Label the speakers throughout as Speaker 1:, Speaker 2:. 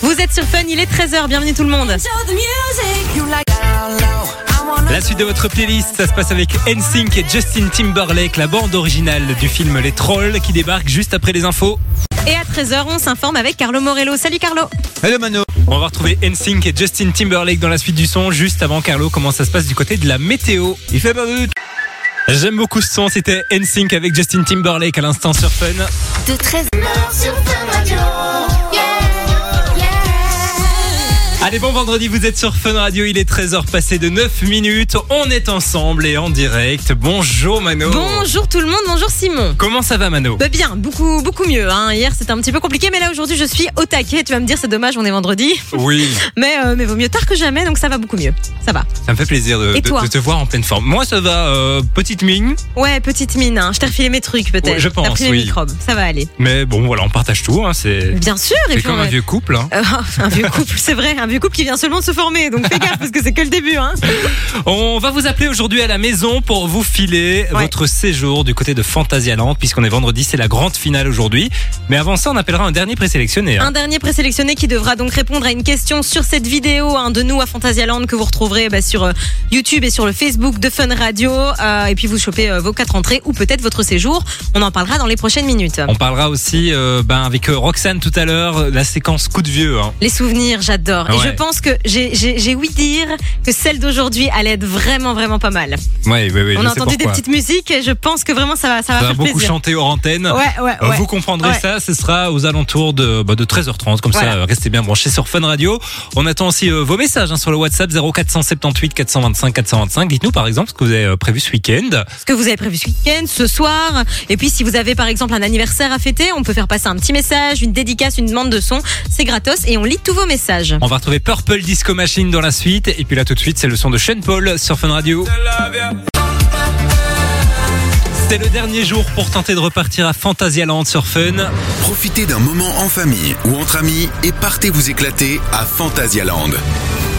Speaker 1: Vous êtes sur Fun, il est 13h, bienvenue tout le monde.
Speaker 2: La suite de votre playlist, ça se passe avec NSYNC et Justin Timberlake, la bande originale du film Les Trolls qui débarque juste après les infos.
Speaker 1: Et à 13h, on s'informe avec Carlo Morello. Salut Carlo
Speaker 3: Hello Mano
Speaker 2: On va retrouver NSYNC et Justin Timberlake dans la suite du son juste avant Carlo, comment ça se passe du côté de la météo.
Speaker 3: Il fait pas doute
Speaker 2: J'aime beaucoup ce son, c'était NSYNC avec Justin Timberlake à l'instant sur Fun.
Speaker 4: De 13h
Speaker 2: Allez, bon vendredi, vous êtes sur Fun Radio, il est 13h passé de 9 minutes, on est ensemble et en direct. Bonjour Mano
Speaker 1: Bonjour tout le monde, bonjour Simon.
Speaker 2: Comment ça va Mano
Speaker 1: Bah bien, beaucoup, beaucoup mieux. hein. Hier c'était un petit peu compliqué, mais là aujourd'hui je suis au taquet. Tu vas me dire c'est dommage, on est vendredi.
Speaker 2: Oui,
Speaker 1: Mais, euh, mais vaut mieux tard que jamais, donc ça va beaucoup mieux. Ça va.
Speaker 2: ça me fait plaisir de,
Speaker 1: Et
Speaker 2: de-
Speaker 1: toi
Speaker 2: de te voir en pleine forme. Moi ça va, euh, petite mine,
Speaker 1: Ouais, petite mine, hein. je t'ai refilé mes trucs peut-être.
Speaker 2: Ouais, je pense,
Speaker 1: T'as pris les
Speaker 2: oui.
Speaker 1: microbes, ça va aller.
Speaker 2: mais bon voilà, on partage tout, hein, c'est
Speaker 1: Bien sûr, et
Speaker 2: c'est
Speaker 1: puis on
Speaker 2: comme un
Speaker 1: va-
Speaker 2: vieux couple. hein.
Speaker 1: Euh, un vieux couple, c'est vrai, un vieux couple qui vient seulement de se former, donc fais gaffe parce que c'est que le début. Hein.
Speaker 2: On va vous appeler aujourd'hui à la maison pour vous filer
Speaker 1: Ouais.
Speaker 2: votre séjour du côté de Fantasialand, puisqu'on est vendredi, c'est la grande finale aujourd'hui. Mais avant ça, on appellera un dernier présélectionné. hein.
Speaker 1: Un dernier présélectionné qui devra donc répondre à une question sur cette vidéo hein, de nous à Fantasialand que vous retrouverez bah, sur euh, YouTube et sur le Facebook de Fun Radio. Euh, et puis vous chopez euh, vos quatre entrées ou peut-être votre séjour. On en parlera dans les prochaines minutes.
Speaker 2: On parlera aussi euh, ben, avec euh, Roxane tout à l'heure, euh, la séquence coup de vieux. hein.
Speaker 1: Les souvenirs, j'adore. Et
Speaker 2: Ouais.
Speaker 1: je pense que j'ai- j'ai j'ai ouï dire que celle d'aujourd'hui allait être vraiment, vraiment pas mal.
Speaker 2: Ouais, ouais, ouais,
Speaker 1: On
Speaker 2: je
Speaker 1: a
Speaker 2: sais
Speaker 1: entendu des
Speaker 2: pourquoi.
Speaker 1: petites musiques et je pense que vraiment ça va, ça va
Speaker 2: Ça va
Speaker 1: faire
Speaker 2: beaucoup
Speaker 1: plaisir.
Speaker 2: chanter hors antenne.
Speaker 1: Ouais, ouais,
Speaker 2: Euh,
Speaker 1: ouais.
Speaker 2: Vous comprendrez
Speaker 1: Ouais.
Speaker 2: ça, ce sera aux alentours de, bah, de 13h30, comme ça
Speaker 1: Voilà.
Speaker 2: euh, restez bien branchés sur Fun Radio. On attend aussi euh, vos messages hein, sur le WhatsApp 0478 425 425. Dites-nous par exemple ce que vous avez euh, prévu ce week-end.
Speaker 1: ce que vous avez prévu ce week-end, ce soir. Et puis, si vous avez par exemple un anniversaire à fêter, on peut faire passer un petit message, une dédicace, une demande de son. C'est gratos et on lit tous vos messages.
Speaker 2: On va retrouver Purple Disco Machine dans la suite. Et puis là, tout de suite, c'est le son de Sean Paul sur Fun Radio. C'est le dernier jour pour tenter de repartir à Fantasialand sur Fun.
Speaker 5: Profitez d'un moment en famille ou entre amis et partez vous éclater à Fantasialand.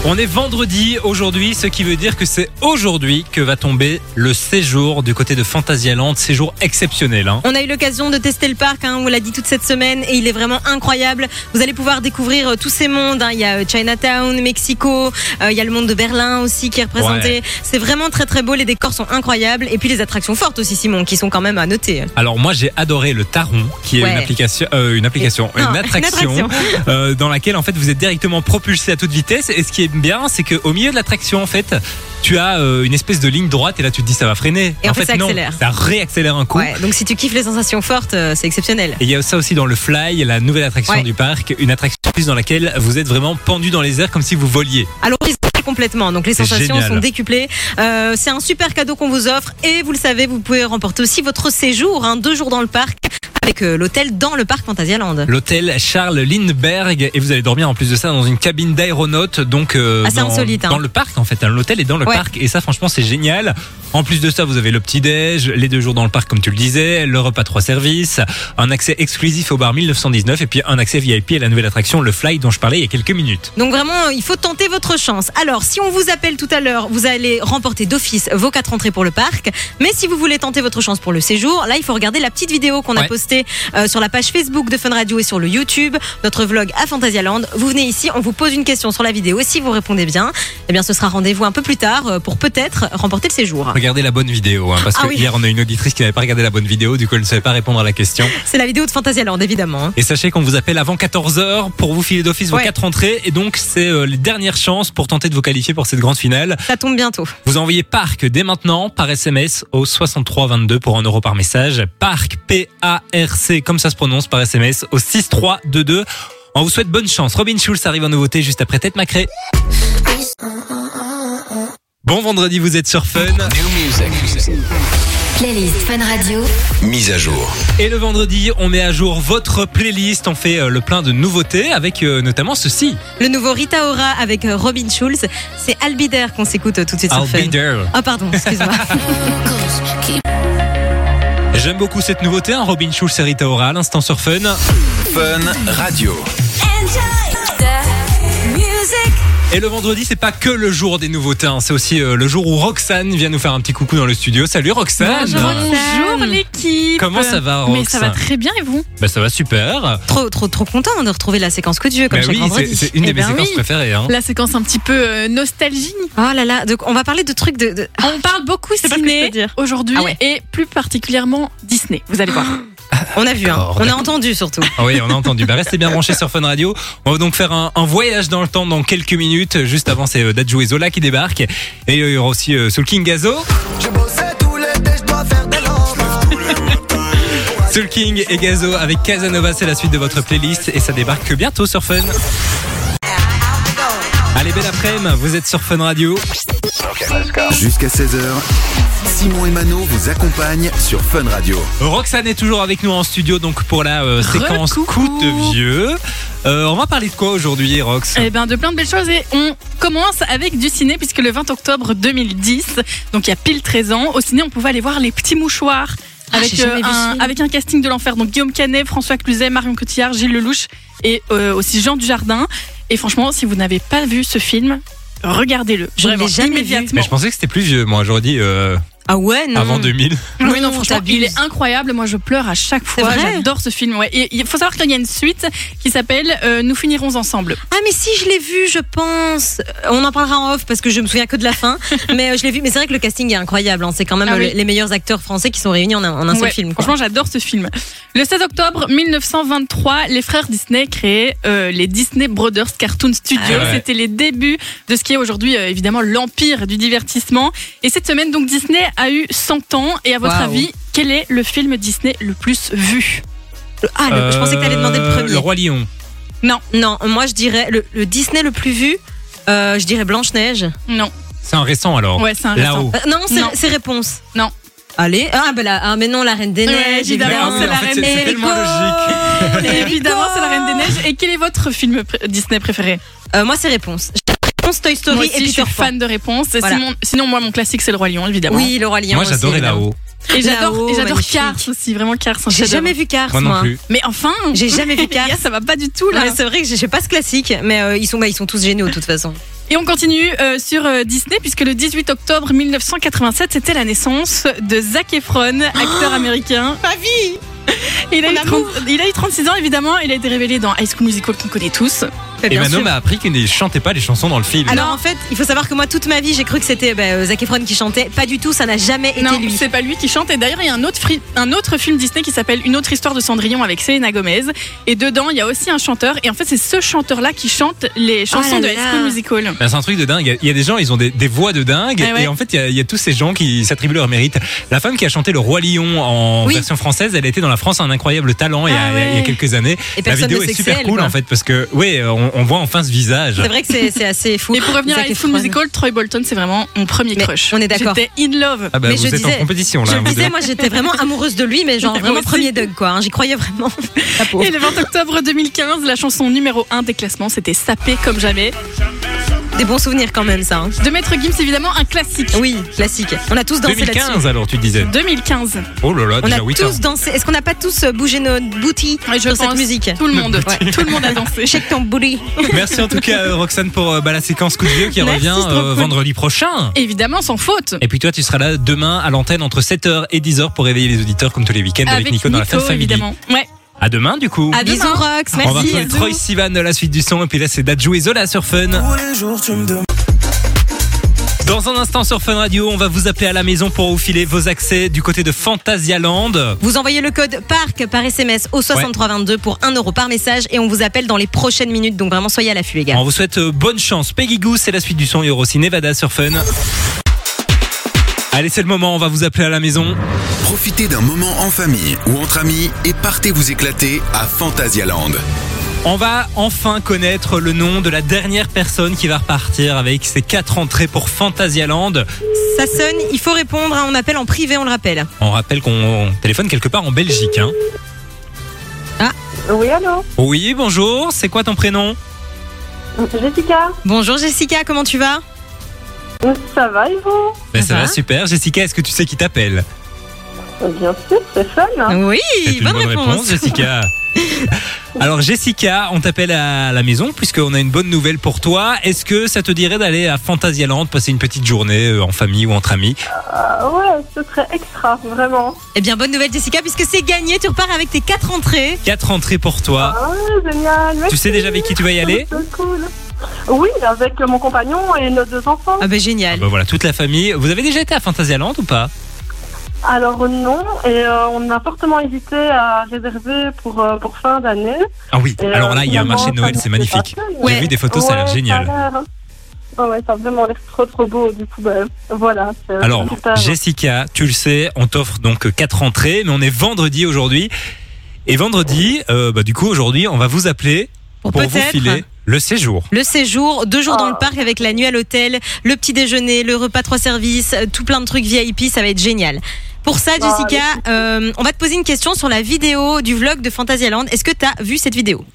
Speaker 2: On est vendredi aujourd'hui, ce qui veut dire que c'est aujourd'hui que va tomber le séjour du côté de Fantasialand. Séjour exceptionnel. Hein.
Speaker 1: On a eu l'occasion de tester le parc, hein, on l'a dit toute cette semaine, et il est vraiment incroyable. Vous allez pouvoir découvrir euh, tous ces mondes. hein. Il y a euh, Chinatown, Mexico, euh, il y a le monde de Berlin aussi qui est représenté. C'est vraiment très très beau, les décors sont incroyables. Et puis les attractions fortes aussi, Simon, qui sont quand même à noter.
Speaker 2: Alors moi j'ai adoré le Taron, qui est
Speaker 1: Ouais.
Speaker 2: une application, euh, une application,
Speaker 1: Non,
Speaker 2: une attraction, euh, dans laquelle en fait vous êtes directement propulsé à toute vitesse. Et ce qui est bien, c'est que au milieu de l'attraction en fait, tu as euh, une espèce de ligne droite et là tu te dis ça va freiner.
Speaker 1: Et en fait, ça
Speaker 2: non,
Speaker 1: accélère.
Speaker 2: ça réaccélère un coup.
Speaker 1: Ouais, donc si tu kiffes les sensations fortes, euh, c'est exceptionnel.
Speaker 2: Et il y a ça aussi dans le Fly, la nouvelle attraction
Speaker 1: Ouais.
Speaker 2: du parc, une attraction plus dans laquelle vous êtes vraiment pendu dans les airs comme si vous voliez.
Speaker 1: Alors complètement. Donc les
Speaker 2: C'est
Speaker 1: sensations
Speaker 2: génial.
Speaker 1: sont décuplées. Euh, c'est un super cadeau qu'on vous offre et vous le savez, vous pouvez remporter aussi votre séjour, hein, deux jours dans le parc avec euh, l'hôtel dans le parc Fantasialand.
Speaker 2: L'hôtel Charles Lindbergh et vous allez dormir en plus de ça dans une cabine d'aéronaute donc euh,
Speaker 1: Assez
Speaker 2: dans,
Speaker 1: insolite, hein.
Speaker 2: dans le parc en fait hein. l'hôtel est dans le
Speaker 1: Ouais.
Speaker 2: parc et ça franchement c'est génial en plus de ça vous avez le petit déj les deux jours dans le parc comme tu le disais le repas trois services un accès exclusif au bar 1919 et puis un accès VIP à la nouvelle attraction le Fly dont je parlais il y a quelques minutes
Speaker 1: Donc vraiment, euh, il faut tenter votre chance. Alors, si on vous appelle tout à l'heure, vous allez remporter d'office vos quatre entrées pour le parc. Mais si vous voulez tenter votre chance pour le séjour, là, il faut regarder la petite vidéo qu'on a
Speaker 2: Ouais.
Speaker 1: postée euh, sur la page Facebook de Fun Radio et sur le YouTube, notre vlog à Fantasialand. Vous venez ici, on vous pose une question sur la vidéo. Si vous répondez bien, eh bien, ce sera rendez-vous un peu plus tard euh, pour peut-être remporter le séjour.
Speaker 2: regardez la bonne vidéo hein, parce
Speaker 1: Ah
Speaker 2: que
Speaker 1: oui.
Speaker 2: hier on a une auditrice qui n'avait pas regardé la bonne vidéo du coup elle ne savait pas répondre à la question
Speaker 1: C'est la vidéo de Fantasialand, évidemment. hein.
Speaker 2: Et sachez qu'on vous appelle avant 14h pour vous filer d'office vos
Speaker 1: Ouais.
Speaker 2: quatre entrées. Et donc, c'est euh, les dernières chances pour tenter de vous qualifier pour cette grande finale.
Speaker 1: Ça tombe bientôt.
Speaker 2: Vous envoyez Parc dès maintenant par SMS au 6322 pour 1 euro par message. Parc, P-A-R-C, comme ça se prononce, par SMS au 6322. On vous souhaite bonne chance. Robin Schulz arrive en nouveauté juste après Tête Macrée. Bon vendredi, vous êtes sur Fun.
Speaker 4: Playlist Fun Radio.
Speaker 5: Mise à jour.
Speaker 2: Et le vendredi, on met à jour votre playlist. On fait euh, le plein de nouveautés avec euh, notamment ceci.
Speaker 1: Le nouveau Rita Ora avec euh, Robin Schulz. C'est Albider qu'on s'écoute euh, tout de suite sur
Speaker 2: I'll
Speaker 1: Fun.
Speaker 2: be there.
Speaker 1: Ah pardon, excuse-moi.
Speaker 2: J'aime beaucoup cette nouveauté, hein, Robin Schulz et Rita Ora, à l'instant sur Fun.
Speaker 5: Fun Radio.
Speaker 4: Music.
Speaker 2: Et le vendredi, c'est pas que le jour des nouveautés, hein, c'est aussi euh, le jour où Roxane vient nous faire un petit coucou dans le studio. Salut Roxane
Speaker 3: Bonjour, Bonjour l'équipe.
Speaker 2: Comment ça va,
Speaker 3: Mais ça va
Speaker 2: Roxane
Speaker 3: très bien et vous
Speaker 2: Bah, ça va super.
Speaker 1: Trop, trop, trop content de retrouver la séquence que Dieu, comme
Speaker 2: Bah
Speaker 1: chaque
Speaker 2: oui, c'est-
Speaker 1: vendredi.
Speaker 2: c'est une
Speaker 3: Eh
Speaker 2: de mes
Speaker 3: ben
Speaker 2: séquences
Speaker 3: oui.
Speaker 2: préférées. hein.
Speaker 3: La séquence un petit peu euh, nostalgie.
Speaker 1: Oh là là, donc on va parler de trucs de. de-
Speaker 3: On parle beaucoup
Speaker 1: sais pas ce que je
Speaker 3: ciné
Speaker 1: peux dire.
Speaker 3: aujourd'hui
Speaker 1: Ah ouais.
Speaker 3: et plus particulièrement Disney. Vous allez voir.
Speaker 1: On a vu, hein.
Speaker 2: D'accord,
Speaker 1: on a
Speaker 2: d'accord.
Speaker 1: entendu surtout.
Speaker 2: Ah oui, on a entendu. Bah, restez bien branchés sur Fun Radio. On va donc faire un, un voyage dans le temps dans quelques minutes. Juste avant, c'est euh, Dadju et Zola qui débarquent. Et euh, il y aura aussi euh, Soul King Gazo.
Speaker 4: Je bossais tout l'été, je dois faire des lendemains.
Speaker 2: Soul King et Gazo avec Casanova, c'est la suite de votre playlist. Et ça débarque bientôt sur Fun. Allez, belle après-midi, vous êtes sur Fun Radio.
Speaker 5: Jusqu'à 16h, Simon et Mano vous accompagnent sur Fun Radio.
Speaker 2: Roxane est toujours avec nous en studio donc pour la euh, séquence
Speaker 3: Recoucou.
Speaker 2: coup de vieux. Euh, on va parler de quoi aujourd'hui,
Speaker 1: Euh,
Speaker 2: Rox
Speaker 3: Eh ben de plein de belles choses et on commence avec du ciné puisque le 20 octobre 2010, donc il y a pile 13 ans, au ciné on pouvait aller voir Les Petits Mouchoirs
Speaker 1: Ah,
Speaker 3: avec, euh,
Speaker 1: j'ai jamais vu ce
Speaker 3: un,
Speaker 1: film.
Speaker 3: avec un casting de l'enfer, donc Guillaume Canet, François Cluzet, Marion Cotillard, Gilles Lelouch et euh, aussi Jean Dujardin. Et franchement, si vous n'avez pas vu ce film, regardez-le.
Speaker 1: Je ne l'ai
Speaker 3: Vraiment,
Speaker 1: jamais vu.
Speaker 3: immédiatement.
Speaker 2: Mais je pensais que c'était plus vieux. Moi, j'aurais dit euh,
Speaker 1: Ah ouais, non.
Speaker 2: avant 2000.
Speaker 3: Oui, non,
Speaker 1: Non,
Speaker 3: franchement,
Speaker 1: t'abuses.
Speaker 3: il est incroyable. Moi, je pleure à chaque
Speaker 1: C'est
Speaker 3: fois.
Speaker 1: vrai
Speaker 3: J'adore ce film. Ouais. Et il faut savoir qu'il y a une suite qui s'appelle euh, Nous finirons ensemble.
Speaker 1: Ah mais si je l'ai vu, je pense. Euh, On en parlera en off parce que je me souviens que de la fin. mais euh, je l'ai vu. Mais c'est vrai que le casting est incroyable. hein. C'est quand même
Speaker 3: Ah
Speaker 1: euh,
Speaker 3: oui.
Speaker 1: les meilleurs acteurs français qui sont réunis en un, en un seul
Speaker 3: Ouais,
Speaker 1: film. quoi.
Speaker 3: Franchement, j'adore ce film. Le 16 octobre 1923, les frères Disney créaient euh, les Disney Brothers Cartoon Studios.
Speaker 2: Ah ouais.
Speaker 3: C'était les débuts de ce qui est aujourd'hui euh, évidemment l'empire du divertissement. Et cette semaine, donc Disney a eu 100 ans. Et à votre
Speaker 1: Waouh.
Speaker 3: avis, quel est le film Disney le plus vu
Speaker 1: Ah, le- je pensais que t'allais demander le
Speaker 2: Euh,
Speaker 1: premier.
Speaker 2: Le Roi Lion.
Speaker 1: Non, moi je dirais le, le Disney le plus vu. euh, je dirais Blanche Neige.
Speaker 3: Non.
Speaker 2: C'est un récent alors.
Speaker 3: Ouais, c'est un récent.
Speaker 2: Là-haut.
Speaker 1: Euh, non, c'est-
Speaker 3: Non.
Speaker 1: c'est réponse.
Speaker 3: Non.
Speaker 1: Allez, ah, bah là, ah mais non, la Reine des
Speaker 3: Ouais,
Speaker 1: Neiges.
Speaker 3: évidemment,
Speaker 2: Mais
Speaker 3: c'est
Speaker 2: en
Speaker 3: la
Speaker 2: fait,
Speaker 3: Reine
Speaker 2: c'est-
Speaker 3: des
Speaker 2: C'est tellement logique.
Speaker 3: Évidemment, c'est La Reine des Neiges. Et quel est votre film pr- Disney préféré
Speaker 1: Euh, moi c'est réponse. Réponse Toy Story
Speaker 3: Moi aussi,
Speaker 1: et
Speaker 3: je
Speaker 1: Peter
Speaker 3: suis
Speaker 1: Pan.
Speaker 3: fan de réponse. Et
Speaker 1: Voilà.
Speaker 3: Simon- sinon, moi, mon classique, c'est le Roi Lion, évidemment.
Speaker 1: Oui, le roi lion.
Speaker 2: Moi,
Speaker 1: aussi,
Speaker 2: j'adorais
Speaker 1: évidemment.
Speaker 2: là-haut.
Speaker 3: et j'adore,
Speaker 1: là-haut,
Speaker 3: et j'adore
Speaker 1: magnifique.
Speaker 3: Cars aussi, vraiment Cars. c'est un
Speaker 1: J'ai
Speaker 3: chef-d'œuvre.
Speaker 1: jamais vu Cars,
Speaker 2: Moi
Speaker 1: moi.
Speaker 2: non plus.
Speaker 3: Mais enfin,
Speaker 1: J'ai jamais vu Cars.
Speaker 3: Les gars, ça va pas du tout là.
Speaker 1: Ouais, c'est vrai que je sais pas ce classique, mais euh, ils, sont, bah, ils sont tous géniaux de toute façon.
Speaker 3: Et on continue euh, sur euh, Disney puisque le 18 octobre 1987, c'était la naissance de Zac Efron, acteur américain. Ma vie. Il a, eu 30 il a eu 36 ans évidemment, il a été révélé dans High School Musical qu'on connaît tous.
Speaker 1: Bah,
Speaker 2: Et
Speaker 1: bien
Speaker 2: Manon
Speaker 1: sûr.
Speaker 2: m'a appris qu'il ne chantait pas les chansons dans le film.
Speaker 1: Alors en fait, il faut savoir que moi toute ma vie j'ai cru que c'était bah, euh, Zac Efron qui chantait. Pas du tout, ça n'a jamais été
Speaker 3: non,
Speaker 1: lui.
Speaker 3: c'est pas lui qui chante. Et d'ailleurs, il y a un autre, fri- un autre film Disney qui s'appelle Une autre histoire de Cendrillon avec Selena Gomez. Et dedans, il y a aussi un chanteur. Et en fait, c'est ce chanteur-là qui chante les chansons
Speaker 1: Ah là
Speaker 3: de High
Speaker 1: là.
Speaker 3: School Musical.
Speaker 2: Ben, c'est un truc de dingue. Il y a des gens, ils ont des, des voix de dingue.
Speaker 1: Eh
Speaker 3: Ah ouais.
Speaker 2: Et en fait, il y a- il y, a tous ces gens qui s'attribuent leur mérite. La femme qui a chanté Le Roi Lion en
Speaker 1: Oui.
Speaker 2: version française, elle était dans la France un incroyable talent il, y a,
Speaker 3: Ah
Speaker 2: il y a- il y a
Speaker 3: ouais.
Speaker 2: quelques années.
Speaker 1: Et
Speaker 2: La
Speaker 1: personne
Speaker 2: vidéo
Speaker 1: ne
Speaker 2: est
Speaker 1: sait que
Speaker 2: super
Speaker 1: c'est elle,
Speaker 2: cool
Speaker 1: quoi.
Speaker 2: en fait parce que, oui, on, on voit enfin ce visage.
Speaker 1: C'est vrai que c'est c'est assez fou.
Speaker 3: Et pour revenir à
Speaker 1: Zac
Speaker 3: High School
Speaker 1: Efron.
Speaker 3: Musical, Troy Bolton, c'est vraiment mon premier
Speaker 1: Mais
Speaker 3: crush.
Speaker 1: on est d'accord.
Speaker 3: J'étais in love.
Speaker 2: Ah bah,
Speaker 1: Mais
Speaker 2: vous
Speaker 1: je
Speaker 2: êtes en
Speaker 1: disais-
Speaker 2: compétition
Speaker 1: Je
Speaker 2: là. hein,
Speaker 1: le
Speaker 2: vous deux.
Speaker 1: disais, moi j'étais vraiment amoureuse de lui, mais genre
Speaker 3: Moi
Speaker 1: vraiment
Speaker 3: aussi.
Speaker 1: premier Doug quoi. hein. J'y croyais vraiment.
Speaker 2: bah,
Speaker 3: Et le 20 octobre 2015, la chanson numéro 1 des classements, c'était Sapé comme jamais.
Speaker 1: Des bons souvenirs quand même ça. hein.
Speaker 3: De Maître Gims, évidemment, un classique.
Speaker 1: Oui, classique. On a tous dansé là-dessus.
Speaker 2: 2015 alors tu disais.
Speaker 3: 2015.
Speaker 2: Oh là là,
Speaker 1: On a
Speaker 2: hein, déjà 8 ans.
Speaker 1: tous dansé. Est-ce qu'on n'a pas tous euh, bougé nos booty
Speaker 3: Ouais, je
Speaker 1: sur cette
Speaker 3: pense.
Speaker 1: musique
Speaker 3: Tout le monde.
Speaker 1: Ouais.
Speaker 3: Tout le monde a dansé.
Speaker 1: Check ton booty.
Speaker 2: Merci en tout cas euh, Roxane pour euh, bah, la séquence coup de vieux qui
Speaker 3: Merci,
Speaker 2: revient
Speaker 3: c'est trop
Speaker 2: euh,
Speaker 3: cool.
Speaker 2: vendredi prochain.
Speaker 3: Évidemment, sans faute.
Speaker 2: Et puis toi, tu seras là demain à l'antenne entre 7h et 10h pour réveiller les auditeurs comme tous les week-ends avec, Nico dans la Fun Family.
Speaker 3: évidemment. Ouais.
Speaker 2: À demain du coup.
Speaker 3: À
Speaker 1: Bisous
Speaker 3: demain.
Speaker 1: Rox,
Speaker 2: Ah, On va
Speaker 1: merci.
Speaker 2: retrouver Troy Sivan de la suite du son et puis là c'est Dadju et Zola sur Fun.
Speaker 4: Tous les jours, tu me demandes.
Speaker 2: Dans un instant sur Fun Radio, on va vous appeler à la maison pour vous filer vos accès du côté de Fantasialand.
Speaker 1: Vous envoyez le code PARC par SMS au 6322 pour 1 euro par message et on vous appelle dans les prochaines minutes. Donc vraiment, soyez à l'affût, les gars.
Speaker 2: On vous souhaite euh, bonne chance. Peggy Goo, c'est la suite du son. Il y aura aussi Nevada sur Fun. Allez, c'est le moment, on va vous appeler à la maison.
Speaker 5: Profitez d'un moment en famille ou entre amis et partez vous éclater à Fantasialand.
Speaker 2: On va enfin connaître le nom de la dernière personne qui va repartir avec ses quatre entrées pour Fantasialand.
Speaker 1: Ça sonne, il faut répondre. hein. on appelle en privé, on le rappelle.
Speaker 2: On rappelle qu'on téléphone quelque part en Belgique. Hein.
Speaker 6: Oui, allô
Speaker 2: Oui, bonjour, c'est quoi ton prénom
Speaker 6: Jessica
Speaker 1: Bonjour Jessica, comment tu vas
Speaker 6: Ça va, Yvon
Speaker 2: ben,
Speaker 1: Ça
Speaker 2: Ça va,
Speaker 1: va
Speaker 2: super. Jessica, est-ce que tu sais qui t'appelle
Speaker 6: Euh, Bien sûr, c'est fun. hein.
Speaker 3: Ah.
Speaker 1: Oui,
Speaker 2: C'est une bonne réponse, Jessica. Alors Jessica, on t'appelle à la maison puisqu'on a une bonne nouvelle pour toi. Est-ce que ça te dirait d'aller à Fantasyland passer une petite journée euh, en famille ou entre amis
Speaker 6: Ah ouais, ce serait extra, vraiment.
Speaker 1: Eh bien, bonne nouvelle, Jessica, puisque c'est gagné. Tu repars avec tes quatre entrées.
Speaker 2: Quatre entrées pour toi.
Speaker 6: Ah, génial. Ah,
Speaker 2: Tu sais déjà avec qui tu vas y aller
Speaker 6: C'est cool. Oui, avec mon compagnon et nos deux enfants.
Speaker 1: Ah ben
Speaker 2: Ah
Speaker 1: génial.
Speaker 2: bah voilà, toute la famille. Vous avez déjà été à Fantasyland ou pas Ah.
Speaker 6: Alors non, et euh, on a fortement hésité à réserver pour, euh, pour fin d'année.
Speaker 2: Ah oui,
Speaker 6: Et,
Speaker 2: alors
Speaker 6: euh,
Speaker 2: là il y a un
Speaker 6: finalement,
Speaker 2: marché de
Speaker 6: ça
Speaker 2: Noël,
Speaker 6: nous
Speaker 2: c'est
Speaker 6: fait
Speaker 2: magnifique.
Speaker 6: pas peine.
Speaker 2: J'ai vu des photos, ça a l'air
Speaker 6: Ouais,
Speaker 2: génial.
Speaker 6: ça a l'air. Ah ouais, ça a vraiment l'air trop trop beau. Du coup, ben, voilà. c'est-
Speaker 2: Alors,
Speaker 6: c'est ça.
Speaker 2: Jessica, tu le sais, on t'offre donc quatre entrées, mais on est vendredi aujourd'hui. Et vendredi, euh, bah, du coup, aujourd'hui, on va vous appeler
Speaker 1: Pour
Speaker 2: ben, pour vous
Speaker 1: peut-être.
Speaker 2: filer le séjour.
Speaker 1: Le séjour, deux jours dans le
Speaker 6: Ah.
Speaker 1: parc avec la nuit à l'hôtel, le petit déjeuner, le repas trois services, euh, tout plein de trucs VIP, ça va être génial. Pour ça,
Speaker 6: Ah,
Speaker 1: Jessica, euh, on va te poser une question sur la vidéo du vlog de Fantasyland. Est-ce que tu as vu cette vidéo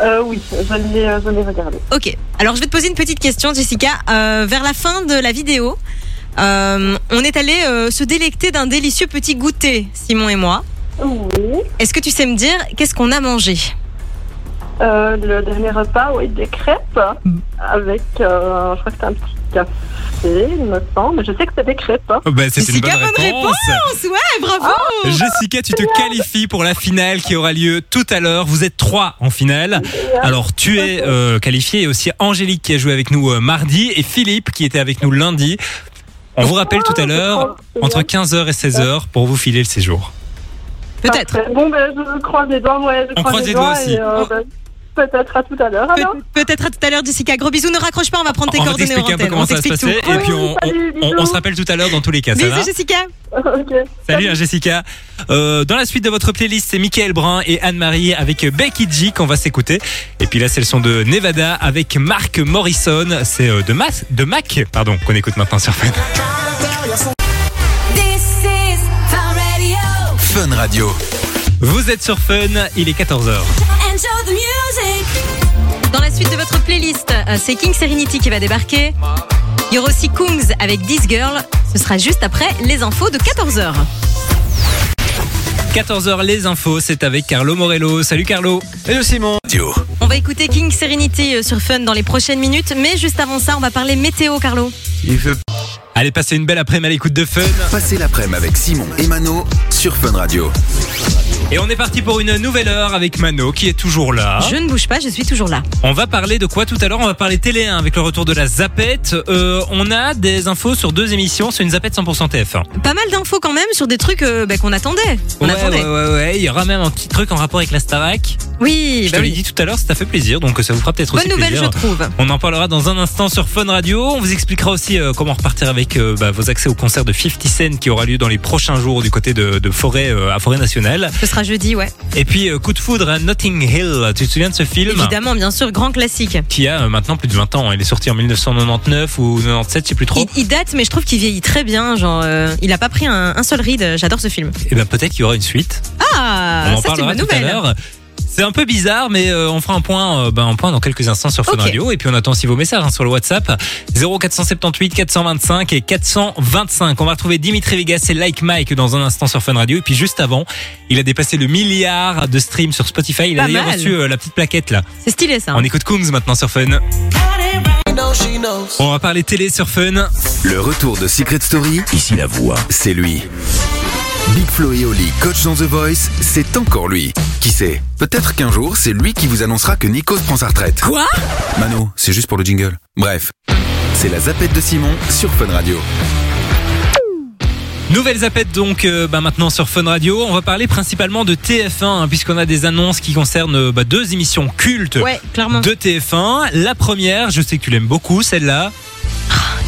Speaker 6: Euh, oui, je l'ai euh, je l'ai regardé.
Speaker 1: Ok. Alors, je vais te poser une petite question, Jessica. Euh, vers la fin de la vidéo, euh, on est allé euh, se délecter d'un délicieux petit goûter, Simon et moi.
Speaker 6: Oui.
Speaker 1: Est-ce que tu sais me dire qu'est-ce qu'on a mangé
Speaker 6: Euh, le dernier repas, oui, des crêpes
Speaker 1: Mm.
Speaker 6: avec, euh, je crois que c'est un petit café, il me semble. Je sais que c'est des crêpes. hein.
Speaker 2: Oh, bah, c'est une bonne
Speaker 1: Jessica, bonne
Speaker 2: réponse.
Speaker 1: Ouais, bravo
Speaker 2: Jessica, tu te qualifies pour la finale qui aura lieu tout à l'heure. Vous êtes trois en finale. Alors, tu es euh, qualifiée et aussi Angélique qui a joué avec nous euh, mardi et Philippe qui était avec nous lundi. On vous rappelle tout à l'heure,
Speaker 6: c'est
Speaker 2: entre
Speaker 6: bien.
Speaker 2: 15h et 16h, pour vous filer le séjour.
Speaker 1: Peut-être.
Speaker 6: Parfait. Bon, ben, je croise les doigts, ouais, je
Speaker 2: On croise les doigts aussi.
Speaker 6: et, euh, ben, Peut-être à tout à l'heure.
Speaker 1: Peut-
Speaker 6: alors.
Speaker 1: Peut-être à tout à l'heure, Jessica. Gros bisous, ne raccroche pas, on va prendre tes
Speaker 2: on va
Speaker 1: coordonnées en
Speaker 2: t'expliquer un
Speaker 1: antenne.
Speaker 2: peu comment
Speaker 1: on
Speaker 2: ça va se
Speaker 1: t'explique tout.
Speaker 2: passer. Et puis, on,
Speaker 6: Salut,
Speaker 2: on- on- on
Speaker 6: bisous.
Speaker 2: se rappelle tout à l'heure dans tous les cas. Ça
Speaker 1: Bisous,
Speaker 2: va
Speaker 1: Jessica.
Speaker 6: Ok.
Speaker 2: Salut hein, Jessica. Euh, dans la suite de votre playlist, c'est Michael Brun et Anne-Marie avec Becky G qu'on va s'écouter. Et puis là, c'est le son de Nevada avec Mark Morrison. C'est euh, de, Mas- de Mac, pardon, qu'on écoute maintenant sur Fun.
Speaker 7: This is Fun Radio.
Speaker 5: Fun Radio.
Speaker 2: Vous êtes sur Fun, il est 14h.
Speaker 7: Enjoy the music.
Speaker 1: Dans la suite de votre playlist, euh, c'est King Serenity qui va débarquer. Il y aura aussi Kungs avec This Girl. Ce sera juste après les infos de 14h.
Speaker 2: 14h les infos, c'est avec Carlo Morello. Salut Carlo.
Speaker 8: Hello Simon.
Speaker 5: Radio.
Speaker 1: On va écouter King Serenity euh, sur Fun dans les prochaines minutes. Mais juste avant ça, on va parler météo, Carlo.
Speaker 8: Il fait
Speaker 2: Allez, passez une belle après-midi à l'écoute de Fun.
Speaker 5: Passez l'après-midi avec Simon et Mano sur Fun Radio.
Speaker 2: Et on est parti pour une nouvelle heure avec Mano qui est toujours là.
Speaker 1: Je ne bouge pas, je suis toujours là.
Speaker 2: On va parler de quoi tout à l'heure On va parler télé hein, avec le retour de la Zapette. Euh, on a des infos sur deux émissions. C'est une Zapette 100% TF1.
Speaker 1: Pas mal d'infos quand même sur des trucs euh, bah, qu'on attendait. On
Speaker 2: ouais,
Speaker 1: attendait.
Speaker 2: ouais, ouais, ouais. Il y aura même un petit truc en rapport avec la Starac.
Speaker 1: Oui,
Speaker 2: Je te
Speaker 1: bah
Speaker 2: l'ai
Speaker 1: oui.
Speaker 2: dit tout à l'heure, ça fait plaisir. Donc ça vous fera peut-être aussi
Speaker 1: Bonne nouvelle,
Speaker 2: plaisir.
Speaker 1: je trouve.
Speaker 2: On en parlera dans un instant sur Fun Radio. On vous expliquera aussi euh, comment repartir avec euh, bah, vos accès au concert de 50 Cent qui aura lieu dans les prochains jours du côté de, de Forêt euh, à Forêt Nationale.
Speaker 1: Ce sera jeudi, ouais.
Speaker 2: Et puis euh, coup de foudre à Notting Hill. Tu te souviens de ce film
Speaker 1: Évidemment, bien sûr, grand classique.
Speaker 2: qui a euh, maintenant plus de 20 ans. Il est sorti en 1999 ou 97, je sais plus trop.
Speaker 1: Il, il date, mais je trouve qu'il vieillit très bien. Genre, euh, il a pas pris un, un seul ride. euh, J'adore ce film.
Speaker 2: Et ben peut-être qu'il y aura une suite.
Speaker 1: Ah,
Speaker 2: on
Speaker 1: ça
Speaker 2: en
Speaker 1: c'est une
Speaker 2: parlera
Speaker 1: bonne
Speaker 2: tout à
Speaker 1: nouvelle.
Speaker 2: l'heure. C'est un peu bizarre, mais euh, on fera un point, euh, ben, un point dans quelques instants sur Fun
Speaker 1: Ok.
Speaker 2: Radio. Et puis on attend aussi vos messages hein, sur le WhatsApp 0478 425 et 425. On va retrouver Dimitri Vegas et Like Mike dans un instant sur Fun Radio. Et puis juste avant, il a dépassé le milliard de streams sur Spotify. Il a
Speaker 1: Pas
Speaker 2: d'ailleurs
Speaker 1: mal.
Speaker 2: reçu euh, la petite plaquette là.
Speaker 1: C'est stylé ça.
Speaker 2: On écoute Kungs maintenant sur Fun. On va parler télé sur Fun.
Speaker 5: Le retour de Secret Story. Ici la voix. C'est lui. Big Flo et Oli, coach dans The Voice, c'est encore lui. Qui sait Peut-être qu'un jour, c'est lui qui vous annoncera que Nikos prend sa retraite.
Speaker 1: Quoi
Speaker 5: Mano, c'est juste pour le jingle. Bref, c'est la zapette de Simon sur Fun Radio.
Speaker 2: Nouvelles appels donc euh, bah, maintenant sur Fun Radio. On va parler principalement de TF1 hein, puisqu'on a des annonces qui concernent euh, bah, deux émissions cultes
Speaker 1: Ouais, clairement.
Speaker 2: de TF1. La première, je sais que tu l'aimes beaucoup, celle-là,